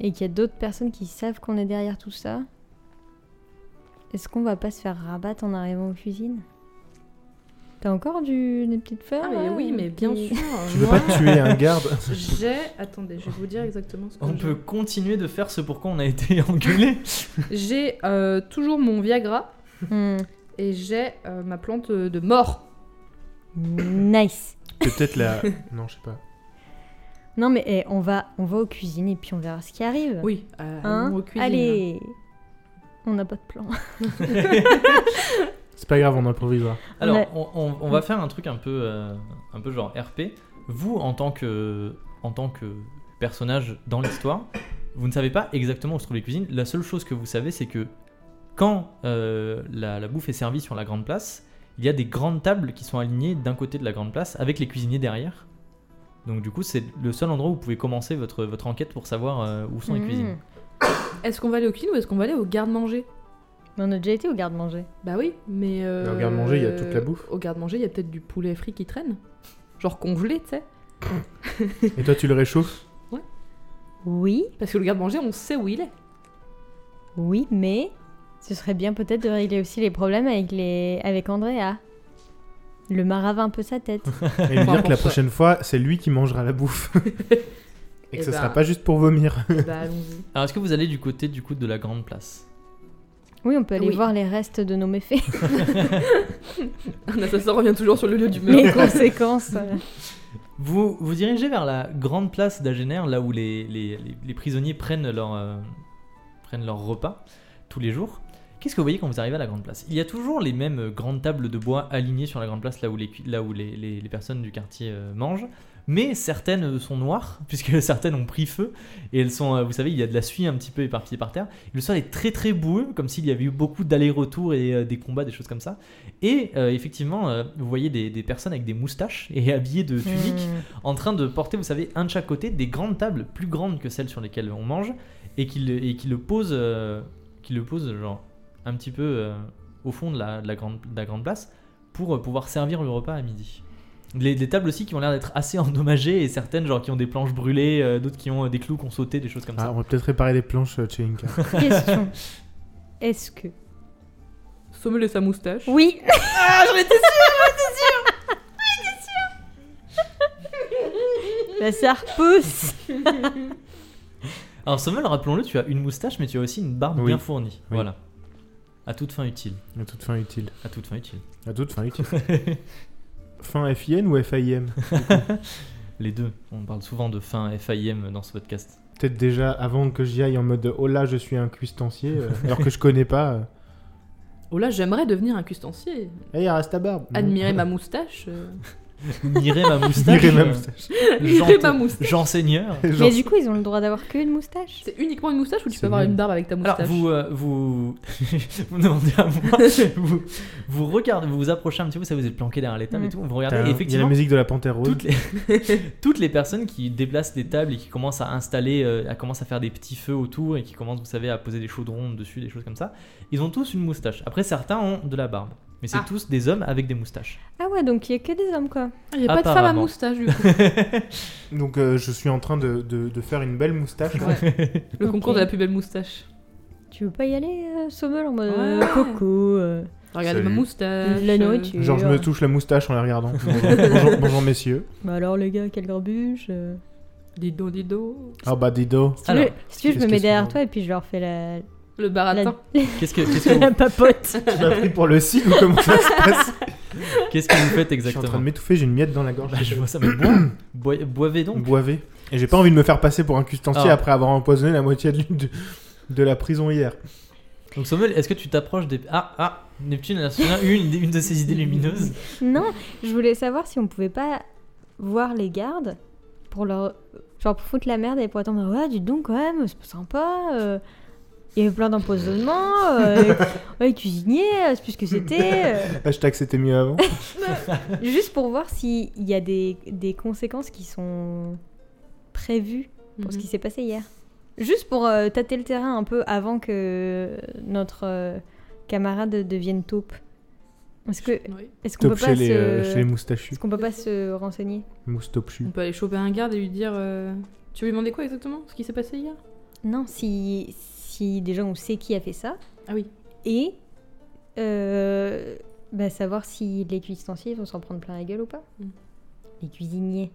et qu'il y a d'autres personnes qui savent qu'on est derrière tout ça. Est-ce qu'on va pas se faire rabattre en arrivant aux cuisines T'as encore du des petites fleurs Ah, mais là, oui, des mais bien petits- sûr. euh, Tu veux Moi, pas tuer un garde J'ai. Attendez, je vais vous dire exactement ce que On j'ai. peut continuer de faire ce pourquoi on a été engueulé. J'ai euh, toujours mon Viagra *laughs* Hmm. et j'ai euh, ma plante euh, de mort. Nice. C'est *laughs* peut-être la. Non, je sais pas. Non mais eh, on va on va aux cuisines et puis on verra ce qui arrive. Oui, euh, Hein allons aux cuisines. Allez. On n'a pas de plan. C'est pas grave, on improvisera. Alors, Ouais. on, on- on va faire un truc un peu, euh, un peu genre RP. Vous, en tant que, en tant que personnage dans l'histoire, vous ne savez pas exactement où se trouvent les cuisines. La seule chose que vous savez, c'est que quand euh, la, la bouffe est servie sur la grande place, il y a des grandes tables qui sont alignées d'un côté de la grande place avec les cuisiniers derrière. Donc, du coup, c'est le seul endroit où vous pouvez commencer votre, votre enquête pour savoir euh, où sont les Hmm. cuisines. Est-ce qu'on va aller aux cuisines ou est-ce qu'on va aller au garde-manger Mais on a déjà été au garde-manger. Bah oui, mais. euh, Mais au garde-manger, il y a toute la bouffe. Au garde-manger, il y a peut-être du poulet frit qui traîne. Genre congelé, tu sais. Et toi, tu le réchauffes Oui. Parce que le garde-manger, on sait où il *laughs* est. Oui, mais ce serait bien peut-être de régler aussi les problèmes avec, les... avec Andrea. Le maravin un peu sa *laughs* tête. Et lui Enfin, dire que pour ça. la prochaine fois, c'est lui qui mangera *laughs* la bouffe. Et que Eh ce ben. sera pas juste pour vomir. bah allons-y. Alors, est-ce que vous allez du côté du coup de la grande place Oui, on peut aller Oui. voir les restes de nos méfaits. Un assassin revient toujours sur le lieu du *laughs* les meurtre. conséquences. euh. Vous vous dirigez vers la grande place d'Agener, là où les, les- les- les prisonniers prennent leur, euh, prennent leur repas tous les jours. Qu'est-ce que vous voyez quand vous arrivez à la grande place Il y a toujours les mêmes euh, grandes tables de bois alignées sur la grande place, là où les, cu- là où les, les- les personnes du quartier euh, mangent. Mais certaines euh, sont noires, *laughs* puisque certaines ont pris feu. Et elles sont, euh, vous savez, il y a de la suie un petit peu éparpillée par terre. Le sol est très très boueux, comme s'il y avait eu beaucoup d'allers-retours et euh, des combats, des choses comme ça. Et euh, effectivement, euh, vous voyez des, des personnes avec des moustaches et *laughs* habillées de tuniques Hmm. en train de porter, vous savez, un de chaque côté, des grandes tables plus grandes que celles sur lesquelles on mange, et qui le, et qui le pose, euh, qui le pose genre un petit peu euh, au fond de la, de la grande, de la grande place pour euh, pouvoir servir le repas à midi. Les, les tables aussi qui ont l'air d'être assez endommagées et certaines genre qui ont des planches brûlées, euh, d'autres qui ont euh, des clous qui ont sauté, des choses comme Ah, ça. on va peut-être réparer les planches euh, chez Inka. Question. Est-ce que. Sommel et sa *laughs* moustache. Oui *laughs* Ah, j'en étais sûre, j'en étais sûre La serpeuse Alors Sommel, rappelons-le, tu as une moustache, mais tu as aussi une barbe Oui. bien fournie. Oui. Voilà. À toute fin utile. À toute fin utile. À toute fin utile. À toute fin *laughs* utile. fin FIN ou FIM Les deux. On parle souvent de fin FIM dans ce podcast. *laughs* Peut-être déjà avant que j'y aille en mode oh là je suis un cuistancier euh, alors que je connais pas. euh, Oh là, j'aimerais devenir un custancier. Hey, reste ta *laughs* barbe. Admirer ma moustache. euh. *laughs* Mireille ma moustache. Admirer ma euh, moustache. Jean- Admirer ma moustache. Jean Seigneur. Genre, Mais du coup, ils ont le droit d'avoir qu'une moustache C'est uniquement une moustache ou tu C'est peux avoir nul. une barbe avec ta moustache Alors vous euh, vous *laughs* vous me demandez à *laughs* moi, vous, vous regardez, vous vous approchez un petit peu, ça vous êtes planqué derrière les tables et Mm. tout, vous t'as- regardez et Il y a la effectivement musique de la Panthère Rose. toutes les *laughs* toutes les personnes qui déplacent les tables et qui commencent à installer, euh, à commencent à faire des petits feux autour et qui commencent, vous savez, à poser des chaudrons dessus, des choses comme ça, ils ont tous une moustache. Après certains ont de la barbe, mais c'est Ah. tous des hommes avec des moustaches. Ah ouais, donc il y a que des hommes, quoi. Il n'y a pas de femme à Apparemment. moustache du coup. Donc euh, je suis en train de, de- de faire une belle moustache. *laughs* là. Ouais. Le Ok. concours de la plus belle moustache. Tu veux pas y aller, euh, Sommel, en mode Ouais. euh, coco euh, Regardez Salut. ma moustache. La euh, nourriture. Genre je me touche la moustache en la *laughs* regardant. Bonjour, bonjour- bonjour, messieurs. Bah alors, les gars, quelle gorbuche euh. Dis donc, dis donc. Ah bah dis donc. Si tu Alors, veux, si tu veux, je qu'est-ce me mets qu'elles derrière sont toi et puis je leur fais la, Le baratin. Mhm. Qu'est-ce que qu'est-ce que *laughs* la vous- papote. *laughs* Tu m'as pris pour le signe ou comment ça se passe qu'est-ce que vous faites Je suis en train exactement de m'étouffer, j'ai une miette dans la gorge. Bah, Je vois ça, mais bois- bois- boivez donc. Boivez. Et j'ai pas envie de me faire passer pour un custancier Ah. après avoir empoisonné la moitié de, l'une de, de la prison *laughs* hier. Donc Sommel, est-ce que tu t'approches des... Ah, ah, Neptune, elle a souvenir, une, une de ses idées lumineuses. non, je voulais savoir si on pouvait pas voir les gardes pour leur. Genre pour foutre la merde et pour attendre. Ouais, dis donc, quand même, c'est pas sympa. euh, Il y avait plein d'empoisonnements. Euh... ouais, cuisinier, euh, c'est plus ce que c'était. euh. Hashtag c'était mieux avant. Juste pour voir s'il y a des, des conséquences qui sont prévues pour Mhm. ce qui s'est passé hier. Juste pour euh, tâter le terrain un peu avant que notre euh, camarade devienne taupe. Est-ce que Oui. est-ce qu'on peut Top pas chez les, euh, se chez les moustachus. est-ce qu'on peut pas se renseigner Moustopchus. On peut aller choper un garde et lui dire. euh, Tu veux lui demander quoi exactement Ce qui s'est passé hier Non, si si déjà on sait qui a fait ça Ah oui. et euh, bah, savoir si les cuisiniers vont s'en prendre plein la gueule ou pas. Mm. Les cuisiniers.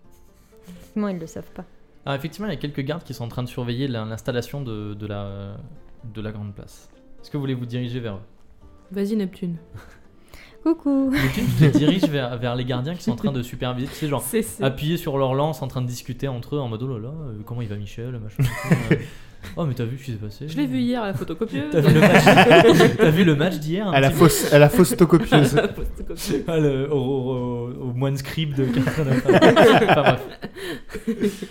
Comment ils le savent pas Alors effectivement, il y a quelques gardes qui sont en train de surveiller la- l'installation de, de la, de la grande place. Est-ce que vous voulez vous diriger vers eux Vas-y, Neptune. Coucou. Neptune, tu *laughs* te diriges vers, vers les gardiens qui sont en train de superviser, tu sais, genre C'est c'est- appuyés sur leur lance, en train de discuter entre eux en mode oh là là, euh, comment il va Michel, machin. machin, euh, *laughs* oh mais t'as vu ce qui s'est passé Je l'ai vu hier à la photocopieuse. T'as vu *laughs* le match, *laughs* T'as vu le match d'hier un À la petit peu fausse, à la fausse *laughs* photocopieuse. Photocopieuse. Ah, le- au, au- au- au moine scribe *laughs* de qui est en train de- Enfin, bref.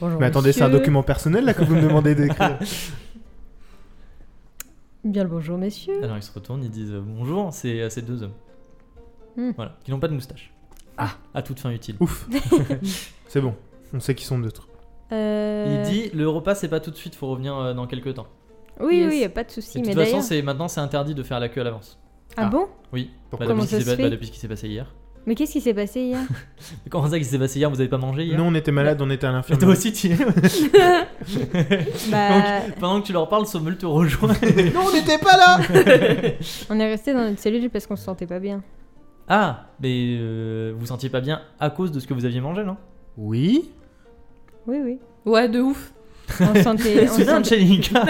Bonjour. Mais attendez, c'est un monsieur. document personnel là que vous me demandez *laughs* d'écrire. Bien le bonjour, messieurs. Alors ils se retournent, ils disent euh, bonjour, c'est euh, ces deux hommes. Hmm. Voilà, qui n'ont pas de moustache. Ah. À toute fin utile. *laughs* Ouf. c'est bon. On sait qu'ils sont neutres. Euh, Il dit le repas c'est pas tout de suite, faut revenir euh, dans quelques temps. Oui, Yes. oui, y a pas de Et souci. de Mais toute façon, d'ailleurs. c'est maintenant c'est interdit de faire la queue à l'avance. Ah bon Oui. Pourquoi bah, Comment depuis, ce ça qui se s'est- bah, fait depuis ce qui s'est passé hier. Mais qu'est-ce qui s'est passé hier *laughs* Mais Comment ça qui s'est passé hier Vous avez pas mangé hier Non, on était malade, on était à Mais toi l'infirmerie. aussi tu *laughs* Bah, Pendant que tu leur parles, Sommel te *laughs* rejoint. Non, on n'était pas là *laughs* on est resté dans notre cellule parce qu'on se sentait pas bien. ah, mais euh, vous sentiez pas bien à cause de ce que vous aviez mangé, non Oui. Oui, *laughs* oui. Ouais, de ouf. On se sentait. on se C'est sentait- *laughs* Angelica.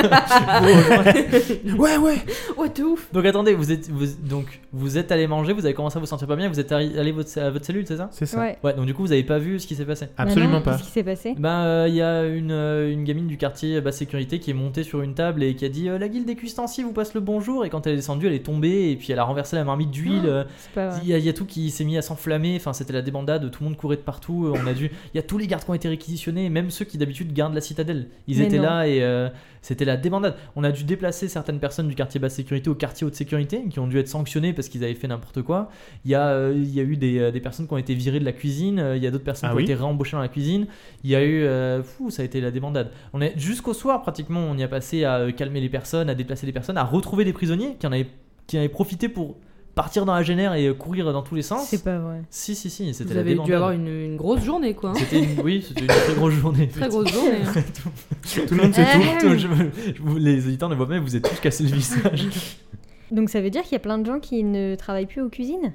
Ouais, ouais. Ouais, de ouf. donc attendez, vous êtes vous, donc vous êtes allé manger, vous avez commencé à vous sentir pas bien, vous êtes arri- allé votre- à votre cellule, c'est ça C'est ça. Ouais. Ouais, donc du coup vous avez pas vu ce qui s'est passé. Absolument Bah non, pas. Qu'est-ce qui s'est passé Bah, euh, il y a une, euh, une gamine du quartier basse sécurité qui est montée sur une table et qui a dit euh, La guilde des cuistanciers vous passe le bonjour. Et quand elle est descendue, elle est tombée et puis elle a renversé la marmite d'huile. euh, C'est pas vrai. Il y, a- il y a tout qui s'est mis à s'enflammer. Enfin, c'était la débandade, tout le monde courait de partout. euh, On a dû. Il y a tous les gardes qui ont été réquisitionnés, même ceux qui d'habitude gardent la citadelle. Ils Mais étaient non. là et euh, c'était la débandade. On a dû déplacer certaines personnes du quartier basse sécurité au quartier haute sécurité qui ont dû être sanctionnées parce qu'ils avaient fait n'importe quoi. Il y a, euh, il y a eu des, euh, des personnes qui ont été virées de la cuisine. euh, Il y a d'autres personnes Ah qui oui ont été réembauchées dans la cuisine. Il y a eu. euh, fou, ça a été la débandade. On est jusqu'au soir pratiquement. On y a passé à euh, calmer les personnes, à déplacer les personnes, à retrouver des prisonniers qui en avaient, qui en avaient profité pour partir dans la génère et euh, courir dans tous les sens. C'est pas vrai. Si, si, si, c'était Vous la avez dû débandade. avoir une, une grosse journée, quoi. hein. C'était une... Oui, c'était une très grosse journée. *laughs* Très grosse journée. hein. Tout le monde sait tout. Tout- je- je vous- les éditeurs ne voient pas, mais vous êtes tous cassés le visage. *laughs* Donc ça veut dire qu'il y a plein de gens qui ne travaillent plus aux cuisines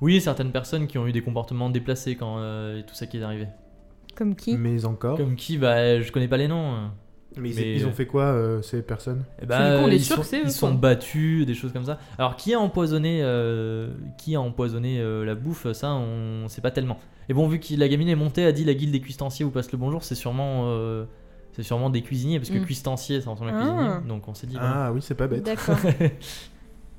Oui, certaines personnes qui ont eu des comportements déplacés quand euh, tout ça qui est arrivé. Comme qui Mais encore. Comme qui Bah, je connais pas les noms. Mais, ils, Mais- ils ont fait quoi, euh, ces personnes Eh ben, coup, on est ils sûr sont, que c'est eux, ils sont quoi. battus, des choses comme ça. Alors, qui a empoisonné, euh, qui a empoisonné euh, la bouffe Ça, on sait pas tellement. Et bon, vu que la gamine est montée, a dit la guilde des cuistanciers où passe le bonjour, c'est sûrement, euh, c'est sûrement des cuisiniers, parce que Mm. cuistancier, ça ressemble à Ah. cuisinier. Donc, on s'est dit. voilà. Ah oui, c'est pas bête. *laughs* D'accord.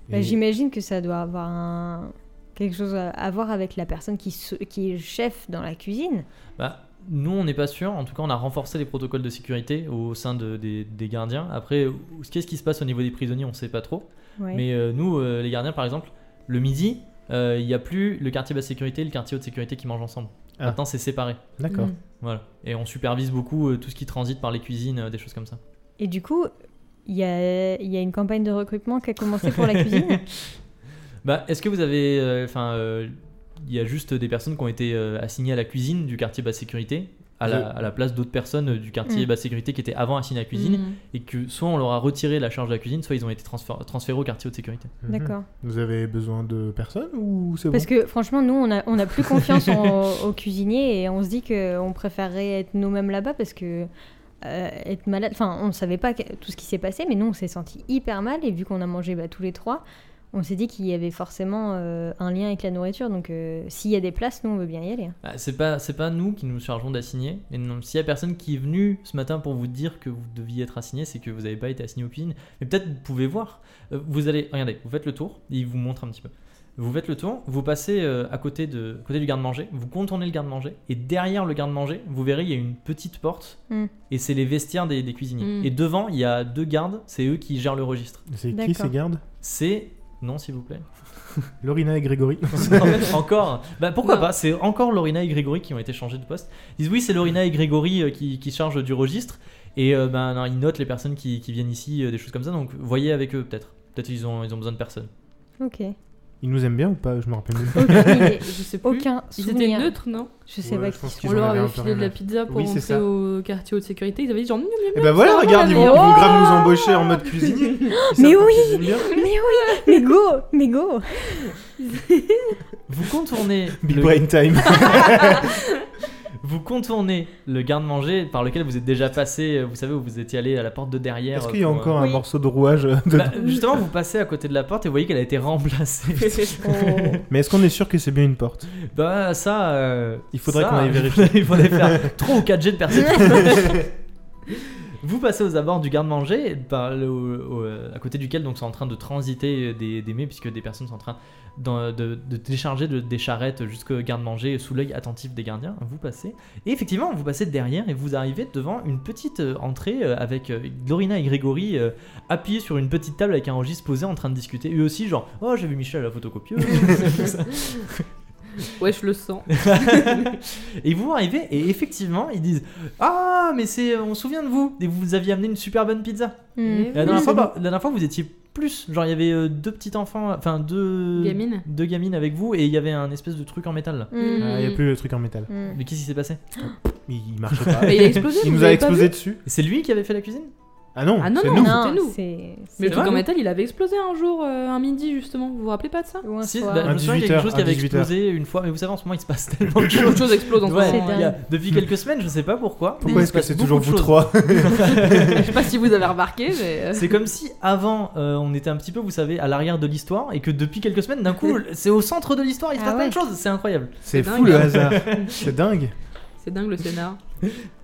Bah, Et- J'imagine que ça doit avoir un- quelque chose à- à voir avec la personne qui, se- qui est chef dans la cuisine. Bah, nous, on n'est pas sûr. En tout cas, on a renforcé les protocoles de sécurité au sein de- des, des gardiens. Après, où- qu'est-ce qui se passe au niveau des prisonniers, on sait pas trop. Ouais. Mais euh, nous, euh, les gardiens, par exemple, le midi, euh, il n'y a plus le quartier basse sécurité et le quartier haute sécurité qui mangent ensemble. Ah. Maintenant, c'est séparé. D'accord. Hmm, Mm. Voilà. Et on supervise beaucoup euh, tout ce qui transite par les cuisines, euh, des choses comme ça. Et du coup, il y a, il y a une campagne de recrutement qui a commencé pour la cuisine. Bah, est-ce que vous avez. euh, Enfin, euh, il y a juste des personnes qui ont été euh, assignées à la cuisine du quartier basse sécurité, à la, Je- à la place d'autres personnes euh, du quartier Mm. basse sécurité qui étaient avant assignées à la cuisine. Mm. et que soit on leur a retiré la charge de la cuisine, soit ils ont été transfer- transférés au quartier haute sécurité. *laughs* Mhm. D'accord. Vous avez besoin de personnes ou c'est bon Parce que franchement, nous, on a, on a plus confiance en- aux cuisiniers et on se dit qu'on préférerait être nous-mêmes là-bas parce que euh, être malade. Enfin, on ne savait pas que- tout ce qui s'est passé, mais nous, on s'est senti hyper mal et vu qu'on a mangé bah, tous les trois, on s'est dit qu'il y avait forcément euh, un lien avec la nourriture. Donc, euh, s'il y a des places, nous, on veut bien y aller. hein. Ah, c'est pas c'est pas nous qui nous chargeons d'assigner. Et non, s'il y a personne qui est venu ce matin pour vous dire que vous deviez être assigné, c'est que vous n'avez pas été assigné aux cuisines. Mais peut-être vous pouvez voir. Euh, Vous allez regardez, vous faites le tour. Il vous montre un petit peu. Vous faites le tour, vous passez euh, à côté de à côté du garde-manger, vous contournez le garde-manger et derrière le garde-manger, vous verrez il y a une petite porte Mm. et c'est les vestiaires des, des cuisiniers. Mm. Et devant il y a deux gardes, c'est eux qui gèrent le registre. C'est qui D'accord. ces gardes C'est non s'il vous plaît. Lorina et *laughs* Grégory. En fait, *laughs* encore Bah pourquoi Non. pas C'est encore Lorina et Grégory qui ont été changés de poste. Ils disent oui, c'est Lorina et Grégory euh, qui, qui chargent du registre. Et euh, ben non, ils notent les personnes qui, qui viennent ici, euh, des choses comme ça. Donc voyez avec eux peut-être. Peut-être ils ont, ils ont besoin de personne. Ok. Ils nous aiment bien ou pas Je me rappelle même pas. Aucune idée. Je sais plus. Aucun Ils souvenir. étaient neutres, non Je sais Ouais, pas je qui pense sont. qu'ils On en leur avaient un avait peu filé rien de à- la pizza pour Oui, c'est entrer ça. au quartier haute sécurité. Ils avaient dit genre miam miam Et bah voilà, vraiment regarde, la ils vont, ils vont meilleure. grave nous embaucher en mode cuisinier. Ils savent Mais qu'on oui. cuisine bien. Mais oui, mais go, mais go. Vous contournez *laughs* Big le- brain time. vous contournez le garde-manger par lequel vous êtes déjà passé. euh, Vous savez où vous étiez allé à la porte de derrière. Est-ce euh, qu'il y a pour, euh, encore un Oui. morceau de rouage euh, dedans Bah, *laughs* justement, vous passez à côté de la porte et vous voyez qu'elle a été remplacée. Hmm. Mais est-ce qu'on est sûr que c'est bien une porte Bah ça, euh, Il faudrait ça, qu'on aille il vérifier. faudrait- Il faudrait *laughs* faire 3 ou 4 jets de perception. Vous passez aux abords du garde-manger, par le- au- au- euh, à côté duquel donc sont en train de transiter euh, des, des mets, puisque des personnes sont en train d'en- de, de décharger de- des charrettes jusqu'au garde-manger sous l'œil attentif des gardiens. Vous passez, et effectivement, vous passez derrière et vous arrivez devant une petite euh, entrée euh, avec euh, Lorina et Grégory euh, appuyés sur une petite table avec un registre posé en train de discuter. Eux aussi, genre, oh, j'ai vu Michel à la *laughs* photocopieuse. Ouais, je le sens. *laughs* et vous arrivez et effectivement ils disent ah mais c'est on se souvient de vous et vous aviez amené une super bonne pizza. Hmm. La dernière, Oui, fois, c'est bah, la dernière fois vous étiez plus genre il y avait euh, deux petits enfants enfin deux Gamine. deux gamines avec vous et il y avait un espèce de truc en métal. là. Hmm. Mm. Ah, Il n'y a plus le truc en métal. Hmm. Mais qu'est-ce qui s'est passé Il, il marchait pas. Mais il a explosé. Il vous nous a avez pas explosé vu dessus. C'est lui qui avait fait la cuisine Ah non, Ah non, c'est non, nous. non. c'était nous. c'est- Mais le c'est truc en nous. métal, il avait explosé un jour, euh, un midi justement. Vous vous rappelez pas de *laughs* ça Ou un Si, soir. bah, je me souviens qu'il y a quelque 18 chose qui avait heures, 18 heures. explosé une fois mais vous savez en ce moment il se passe tellement *laughs* de Autre choses. chose explose en ce Ouais, moment, il y a- hein. depuis quelques semaines je sais pas pourquoi. mais Pourquoi il est-ce se que passe c'est beaucoup toujours de vous choses. trois Je sais pas si vous avez remarqué, mais. euh, C'est comme si avant euh, on était un petit peu, vous savez, à l'arrière de l'histoire et que depuis quelques semaines, d'un *laughs* coup, c'est au centre de l'histoire, il se Ah passe plein ouais. de choses, c'est incroyable. C'est dingue, fou le hein. *laughs* hasard. C'est dingue. C'est dingue le scénar.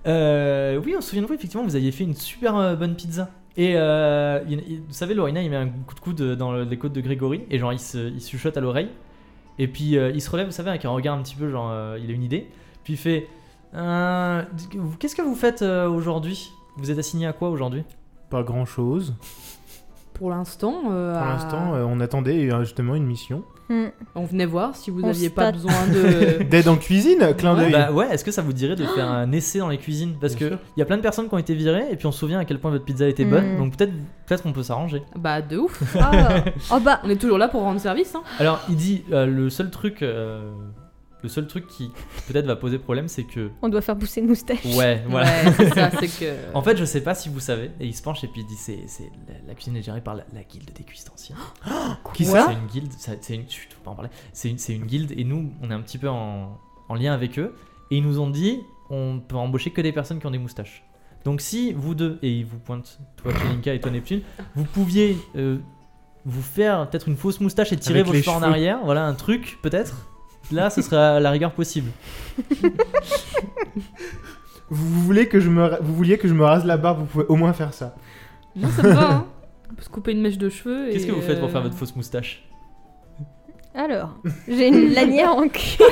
Euh, oui, on se souvient de vous, effectivement, vous aviez fait une super euh, bonne pizza. Et euh, il- il- vous savez, Lorina, il met un coup de coude dans le- les côtes de Grégory et genre il se, il se chuchote à l'oreille. Et puis euh, il se relève, vous savez, avec un regard un petit peu, genre euh, il a une idée. Puis il fait Euh, Qu'est-ce que vous faites euh, aujourd'hui Vous êtes assigné à quoi aujourd'hui Pas grand chose. Pour l'instant, euh, Pour à- l'instant, euh, on attendait euh, justement une mission. Hmm. on venait voir si vous on aviez pas state. besoin *laughs* de. D'aide en cuisine, clin Ouais, d'œil. Bah ouais, est-ce que ça vous dirait de faire un essai dans les cuisines Parce Ah Bien que sûr. il y a plein de personnes qui ont été virées et puis on se souvient à quel point votre pizza était bonne, Mm. donc peut-être peut-être qu'on peut s'arranger. bah, de ouf. Ah, oh bah, On est toujours là pour rendre service, hein. Alors il dit euh, le seul truc, euh, le seul truc qui peut-être va poser problème, c'est que on doit faire pousser une moustache. ouais, voilà. Ouais, c'est ça, c'est que. *laughs* En fait, je sais pas si vous savez, et il se penche et puis il dit c'est c'est- la- la cuisine est gérée par la, la guilde des cuistanciers. Qui C'est ça une guilde, ça- c'est une, chut, faut pas en parler. C'est une, c'est une guilde et nous on est un petit peu en, en lien avec eux et ils nous ont dit on peut embaucher que des personnes qui ont des moustaches. Donc si vous deux, et il vous pointe, toi Kelinka et toi Neptune, vous pouviez euh, vous faire peut-être une fausse moustache et tirer Avec vos les cheveux, en cheveux. arrière, voilà un truc peut-être, là ce sera à la rigueur possible. Vous, voulez que je me... ra- vous vouliez que je me rase la barbe, vous pouvez au moins faire ça. Moi, ça me va. hein. On peut se couper une mèche de cheveux. Qu'est-ce et, que vous faites pour faire euh, votre fausse moustache Alors, j'ai une lanière en cul.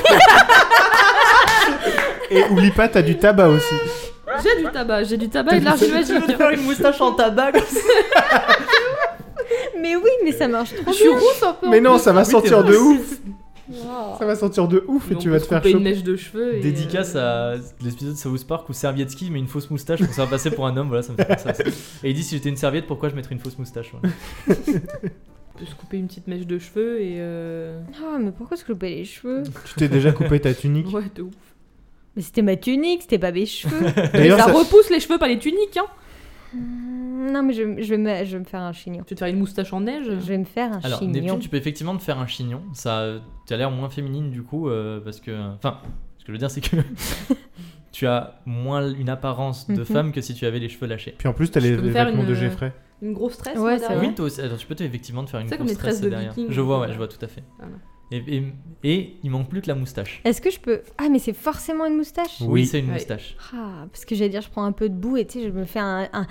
Et oublie pas, t'as du *laughs* tabac aussi. euh, J'ai du tabac, j'ai du tabac et de l'argile magique. faire une moustache en tabac Mais oui, mais ça marche trop Je suis bien. rousse un peu. Mais non, ça va Oui, sortir t'es de ouf. Wow. Ça va sortir de ouf et tu vas te faire couper une choper. mèche de cheveux. et, euh, Dédicace à l'épisode de South Park où Servietski met une fausse moustache pour se faire passer pour un homme, voilà ça me fait penser à ça. Et il dit si j'étais une serviette, pourquoi je mettrais une fausse moustache *laughs* voilà. euh, se couper une petite mèche de cheveux et. euh, Oh, mais pourquoi se couper les cheveux Tu t'es déjà coupé ta tunique. Ouais, de ouf. Mais c'était ma tunique, c'était pas mes cheveux. Mais D'ailleurs, ça, ça- repousse les cheveux, pas les tuniques, hein. *laughs* Hmm, non, mais je, je, vais me, je vais me faire un chignon. Tu veux te faire une moustache en neige Je vais me faire un Alors, chignon. Neptune, tu peux effectivement te faire un chignon. Ça, euh, tu as l'air moins féminine du coup, euh, parce que. Enfin, ce que je veux dire, c'est que *laughs* tu as moins une apparence de Mhm. femme que si tu avais les cheveux lâchés. Puis en plus, t'as Je les peux me les faire vêtements une- de Geoffrey. Une grosse tresse Ouais, là, c'est derrière vrai. Oui, toi aussi- alors, tu peux te- effectivement te faire une Ah C'est comme grosse les tresses tresse de derrière. viking, Je vois, ouais, voilà. je vois tout à fait. Voilà. Et, et- et il manque plus que la moustache. Est-ce que je peux. Ah, mais c'est forcément une moustache Oui, Oui. c'est une Ouais. moustache. Ah, parce que j'allais dire, je prends un peu de boue et tu sais, je me fais un- un-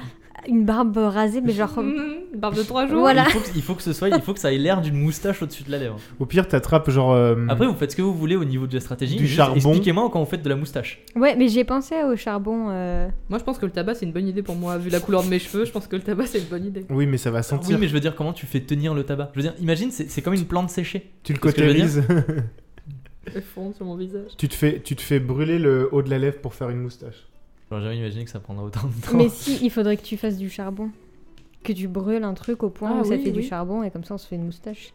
une barbe rasée, mais *laughs* genre. euh, Mmh, barbe de 3 jours. Voilà. Il, faut que, il faut que ce soit, il faut que ça ait l'air d'une moustache au-dessus de la lèvre. Au pire, t'attrapes genre. euh, Après, vous faites ce que vous voulez au niveau de la stratégie. Du juste charbon. Expliquez-moi quand vous faites de la moustache. Ouais, mais j'ai pensé au charbon. euh, Moi, je pense que le tabac, c'est une bonne idée pour moi. Vu la couleur de mes cheveux, je pense que le tabac, c'est une bonne idée. Oui, mais ça va Ah Oui, sentir. mais je veux dire, comment tu fais tenir le tabac Je veux dire, imagine, c'est c'est comme une plante séchée. Tu le c'est ce que je veux dire. cautérises. Elles fondent sur mon visage. *laughs* tu, te fais, tu te fais brûler le haut de la lèvre pour faire une moustache. J'aurais jamais imaginé que ça prendrait autant de temps. Mais si, il faudrait que tu fasses du charbon. Que tu brûles un truc au point Ah où ça oui, fait du oui. charbon et comme ça on se fait une moustache.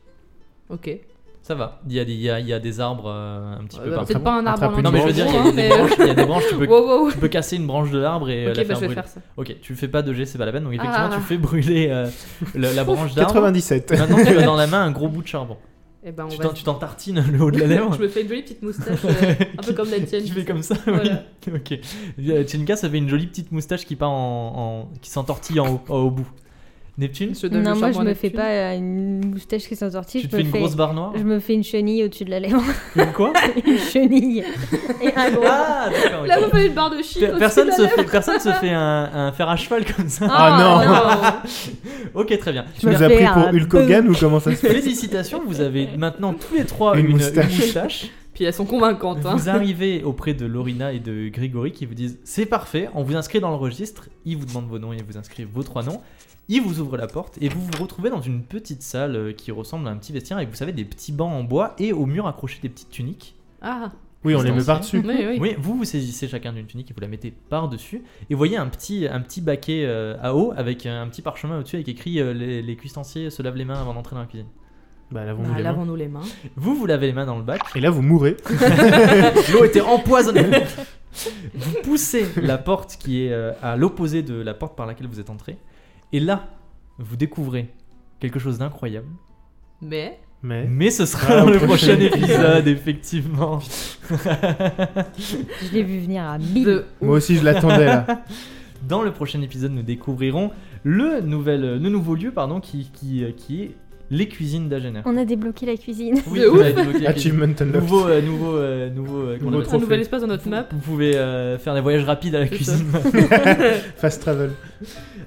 Ok. Euh, Ça va, il y a des, il y a- il y a des arbres euh, un petit Ouais, peu bah, partout. Peut-être pas un arbre Attrape en une Non mais je veux dire, il y a hein, des, mais- branches, il y a des branches, tu peux, *laughs* Wow, wow, wow. tu peux casser une branche de l'arbre et euh, Ok, la bah, faire je vais brûler. faire ça. Ok, tu fais pas de jet, c'est pas la peine, donc effectivement Ah. tu fais brûler euh, le- *laughs* la branche d'arbre. 97. *laughs* Maintenant tu as dans la main un gros bout de charbon. Et ben, on Tu va. t'en- tu hein. t'en tartines le haut de la *laughs* lèvre. je me fais une jolie petite *laughs* moustache, euh, *laughs* un peu comme la tienne. Tu tu fais sais. comme ça, Voilà. oui. *laughs* Ok. Euh, Tchinka, ça fait une jolie petite moustache qui part en, en- qui s'entortille en haut, au bout. Neptune, Je donne Non, le moi charbon je à me fais Neptune. pas euh, une moustache qui s'entortille, tu je te me fais une grosse barre noire. Je me fais une chenille au-dessus de la lèvre. Une *laughs* quoi une chenille. Et un gros. Ah d'accord. ok. Là, vous faites une barre de shit. Per- Personne se fait, personne se fait un, un fer à cheval comme ça. Ah, non Ok, très bien. Tu me nous as fais pris un pour Hulk Hogan ou comment ça *laughs* se fait Félicitations, vous avez maintenant tous les trois une, Une une moustache. moustache. Puis elles sont convaincantes. Hein. Vous arrivez auprès de Lorina et de Grégory qui vous disent c'est parfait, on vous inscrit dans le registre, ils vous demandent vos noms et vous inscrivent vos trois noms, ils vous ouvrent la porte et vous vous retrouvez dans une petite salle euh, qui ressemble à un petit vestiaire avec vous savez des petits bancs en bois et au mur accrochés des petites tuniques. Ah, *laughs* Oui, on les met par-dessus. oui, oui. Oui, vous vous saisissez chacun d'une tunique et vous la mettez par-dessus et vous voyez un petit, un petit baquet euh, à eau avec un petit parchemin au-dessus avec écrit euh, les, les cuistanciers se lavent les mains avant d'entrer dans la cuisine. Bah, Bah, lavons-nous hein. les mains. Lavons-nous les mains. Vous vous lavez les mains dans le bac Et là, vous mourrez. L'eau était empoisonnée. *laughs* vous poussez la porte qui est euh, à l'opposé de la porte par laquelle vous êtes entré. Et là, vous découvrez quelque chose d'incroyable. Mais. Mais. Mais ce sera Ah, dans au le prochain prochain épisode, effectivement. *laughs* Je l'ai vu venir à mille. De... Moi aussi, je l'attendais là. Dans le prochain épisode, nous découvrirons le, nouvel, euh, le nouveau lieu pardon, qui, qui, euh, qui est les cuisines d'Agener. On a débloqué la cuisine. De vous ouf. avez débloqué la cuisine. Achievement unlocked. Nouveau, euh, nouveau, euh, nouveau, euh, comment on Nouveau appelle ça Un nouvel fait. espace dans notre map. Vous pouvez euh, faire des voyages rapides à la C'est cuisine. *laughs* Fast travel.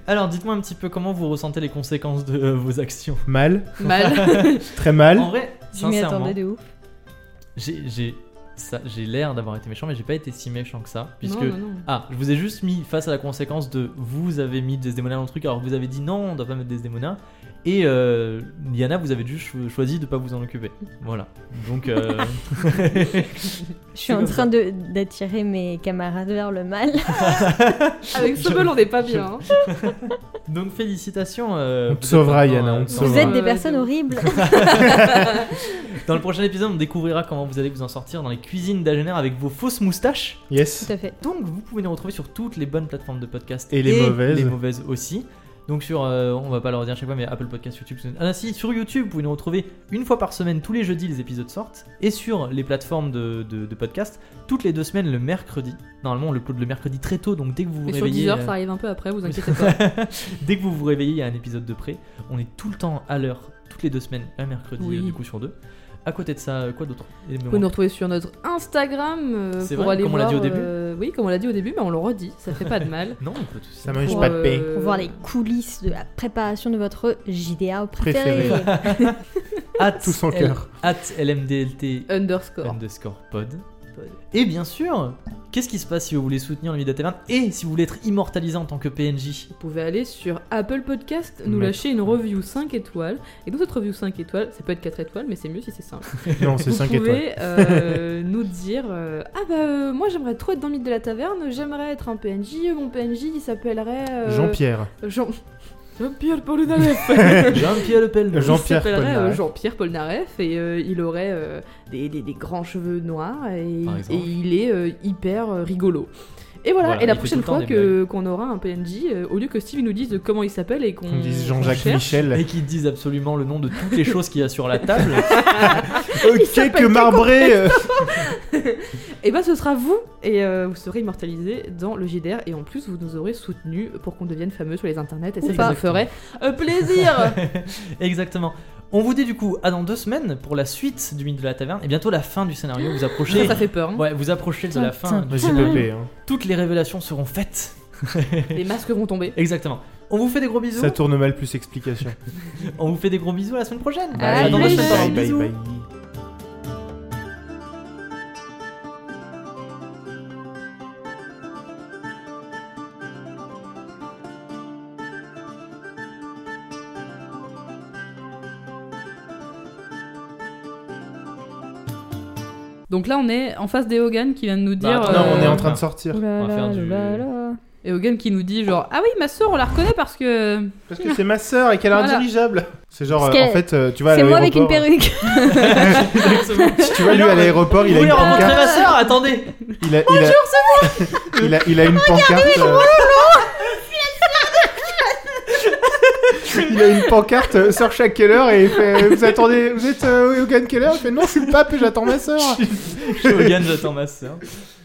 Alors, dites-moi un petit peu comment vous ressentez les conséquences de euh, vos actions. Mal, Mal. *laughs* très mal. En vrai, Je m'y sincèrement, attendais de ouf. j'ai- j'ai ça- j'ai l'air d'avoir été méchant, mais j'ai pas été si méchant que ça, puisque Non, non, non. ah, je vous ai juste mis face à la conséquence de vous avez mis Desdemona dans le truc, alors vous avez dit non, on doit pas mettre Desdemona, et euh, Yana, vous avez juste cho- choisi de pas vous en occuper. Voilà. Donc euh, *laughs* *laughs* Je suis en comme train de- d'attirer mes camarades vers le mal. Avec ce bol, on n'est pas bien. hein. donc félicitations. euh, On vous te sauvera, êtes maintenant, Yana, on euh, te dans- Ça Vous sauvera. va. êtes des Ouais, personnes de ouf. horribles. Dans le prochain épisode, on découvrira comment vous allez vous en sortir dans les cuisines d'Agener avec vos fausses moustaches. Yes. Tout à fait. Donc vous pouvez nous retrouver sur toutes les bonnes plateformes de podcast Et les mauvaises. les mauvaises aussi. Donc sur, euh, on va pas leur dire chaque fois, mais Apple Podcast, YouTube, c'est- ah si, sur YouTube, vous pouvez nous retrouver une fois par semaine, tous les jeudis, les épisodes sortent, et sur les plateformes de, de, de podcast, toutes les deux semaines, le mercredi. Normalement, on le upload le mercredi très tôt, donc dès que vous vous Mais sur réveillez, 10 heures, euh, ça arrive un peu après, vous inquiétez pas. Dès que vous vous réveillez, il y a un épisode de près. On est tout le temps à l'heure, toutes les deux semaines, un mercredi Oui. euh, du coup sur deux. À côté de ça, euh, quoi d'autre Et Vous bon, pouvez nous retrouver sur notre Instagram euh, C'est pour vrai, aller comme on l'a dit voir. au début. euh, oui, comme on l'a dit au début, mais on le redit, ça fait pas de mal. Non, on peut tout Ça mange Pour, pas de pain. euh, Pour voir les coulisses de la préparation de votre JDA préféré. Préféré. At Tout son L- cœur. At LMDLT Underscore. underscore pod. Et bien sûr, qu'est-ce qui se passe si vous voulez soutenir le Vida Taverne et si vous voulez être immortalisé en tant que PNJ Vous pouvez aller sur Apple Podcast, nous Mettre- lâcher une review 5 étoiles. Et dans cette review 5 étoiles, ça peut être 4 étoiles, mais c'est mieux si c'est simple. Non, c'est Vous 5 étoiles. pouvez euh, *laughs* nous dire euh, Ah bah euh, moi j'aimerais trop être dans le mythe de la taverne, j'aimerais être un PNJ, mon PNJ il s'appellerait. euh, Jean-Pierre. Jean. Jean-Pierre *laughs* Polnareff *laughs* Jean-Pierre Le Pen. Jean- Jean-Pierre Il s'appellerait euh, Polnareff. Jean-Pierre Polnareff et euh, il aurait euh, des, des- des grands cheveux noirs et, Par exemple. et il est euh, hyper euh, rigolo. Et voilà, Voilà, et la il fait tout prochaine le temps fois des que- qu'on aura un PNJ, euh, au lieu que Steve nous dise comment il s'appelle et qu'on On dit qu'on Jean-Jacques cherche, Michel. Et qui disent absolument le nom de toutes les choses qu'il y a sur la table. *laughs* Euh, Cake s'appelle marbré euh, Et bah ce sera vous et euh, vous serez immortalisé dans le JDR et en plus vous nous aurez soutenu pour qu'on devienne fameux sur les internets et ça, ça pas. nous ferait euh, *laughs* plaisir Exactement. On vous dit du coup à dans deux semaines pour la suite du mythe de la taverne et bientôt la fin du scénario. Vous approchez, Ça, ça fait peur. hein. ouais, vous approchez de la fin. du Vas-y, scénario. Pépé. hein. Toutes les révélations seront faites. Les masques vont tomber. Exactement. On vous fait des gros bisous. Ça tourne mal plus explication. On vous fait des gros bisous à la semaine prochaine. Bah, Bah À À dans deux la semaines, prochaine. pardon. Bisous. bye. Donc là on est en face des Hogan qui vient de nous Bah, dire... attends, Non, on est en Euh, train non. de sortir. Ouh là On va Oh là faire du- là là. Et Hogan qui nous dit genre ah oui ma soeur on la reconnaît parce que... euh, Parce que c'est ma sœur et qu'elle est Voilà. indirigeable. C'est genre, Parce euh, en qu'elle- fait, euh, tu vois, à C'est moi avec une l'aéroport- perruque. Si tu vois, lui, Alors, à l'aéroport, Vous il a voulez une rencontrer pancarte. ma soeur Attendez. Il a, il a, *laughs* il a, il a une pancarte. euh, Il a une pancarte euh, sœur chaque heure et il fait Vous attendez, vous êtes euh, Hogan Keller Il fait Non, je suis le pape et j'attends ma sœur. Je suis Hogan, j'attends ma soeur.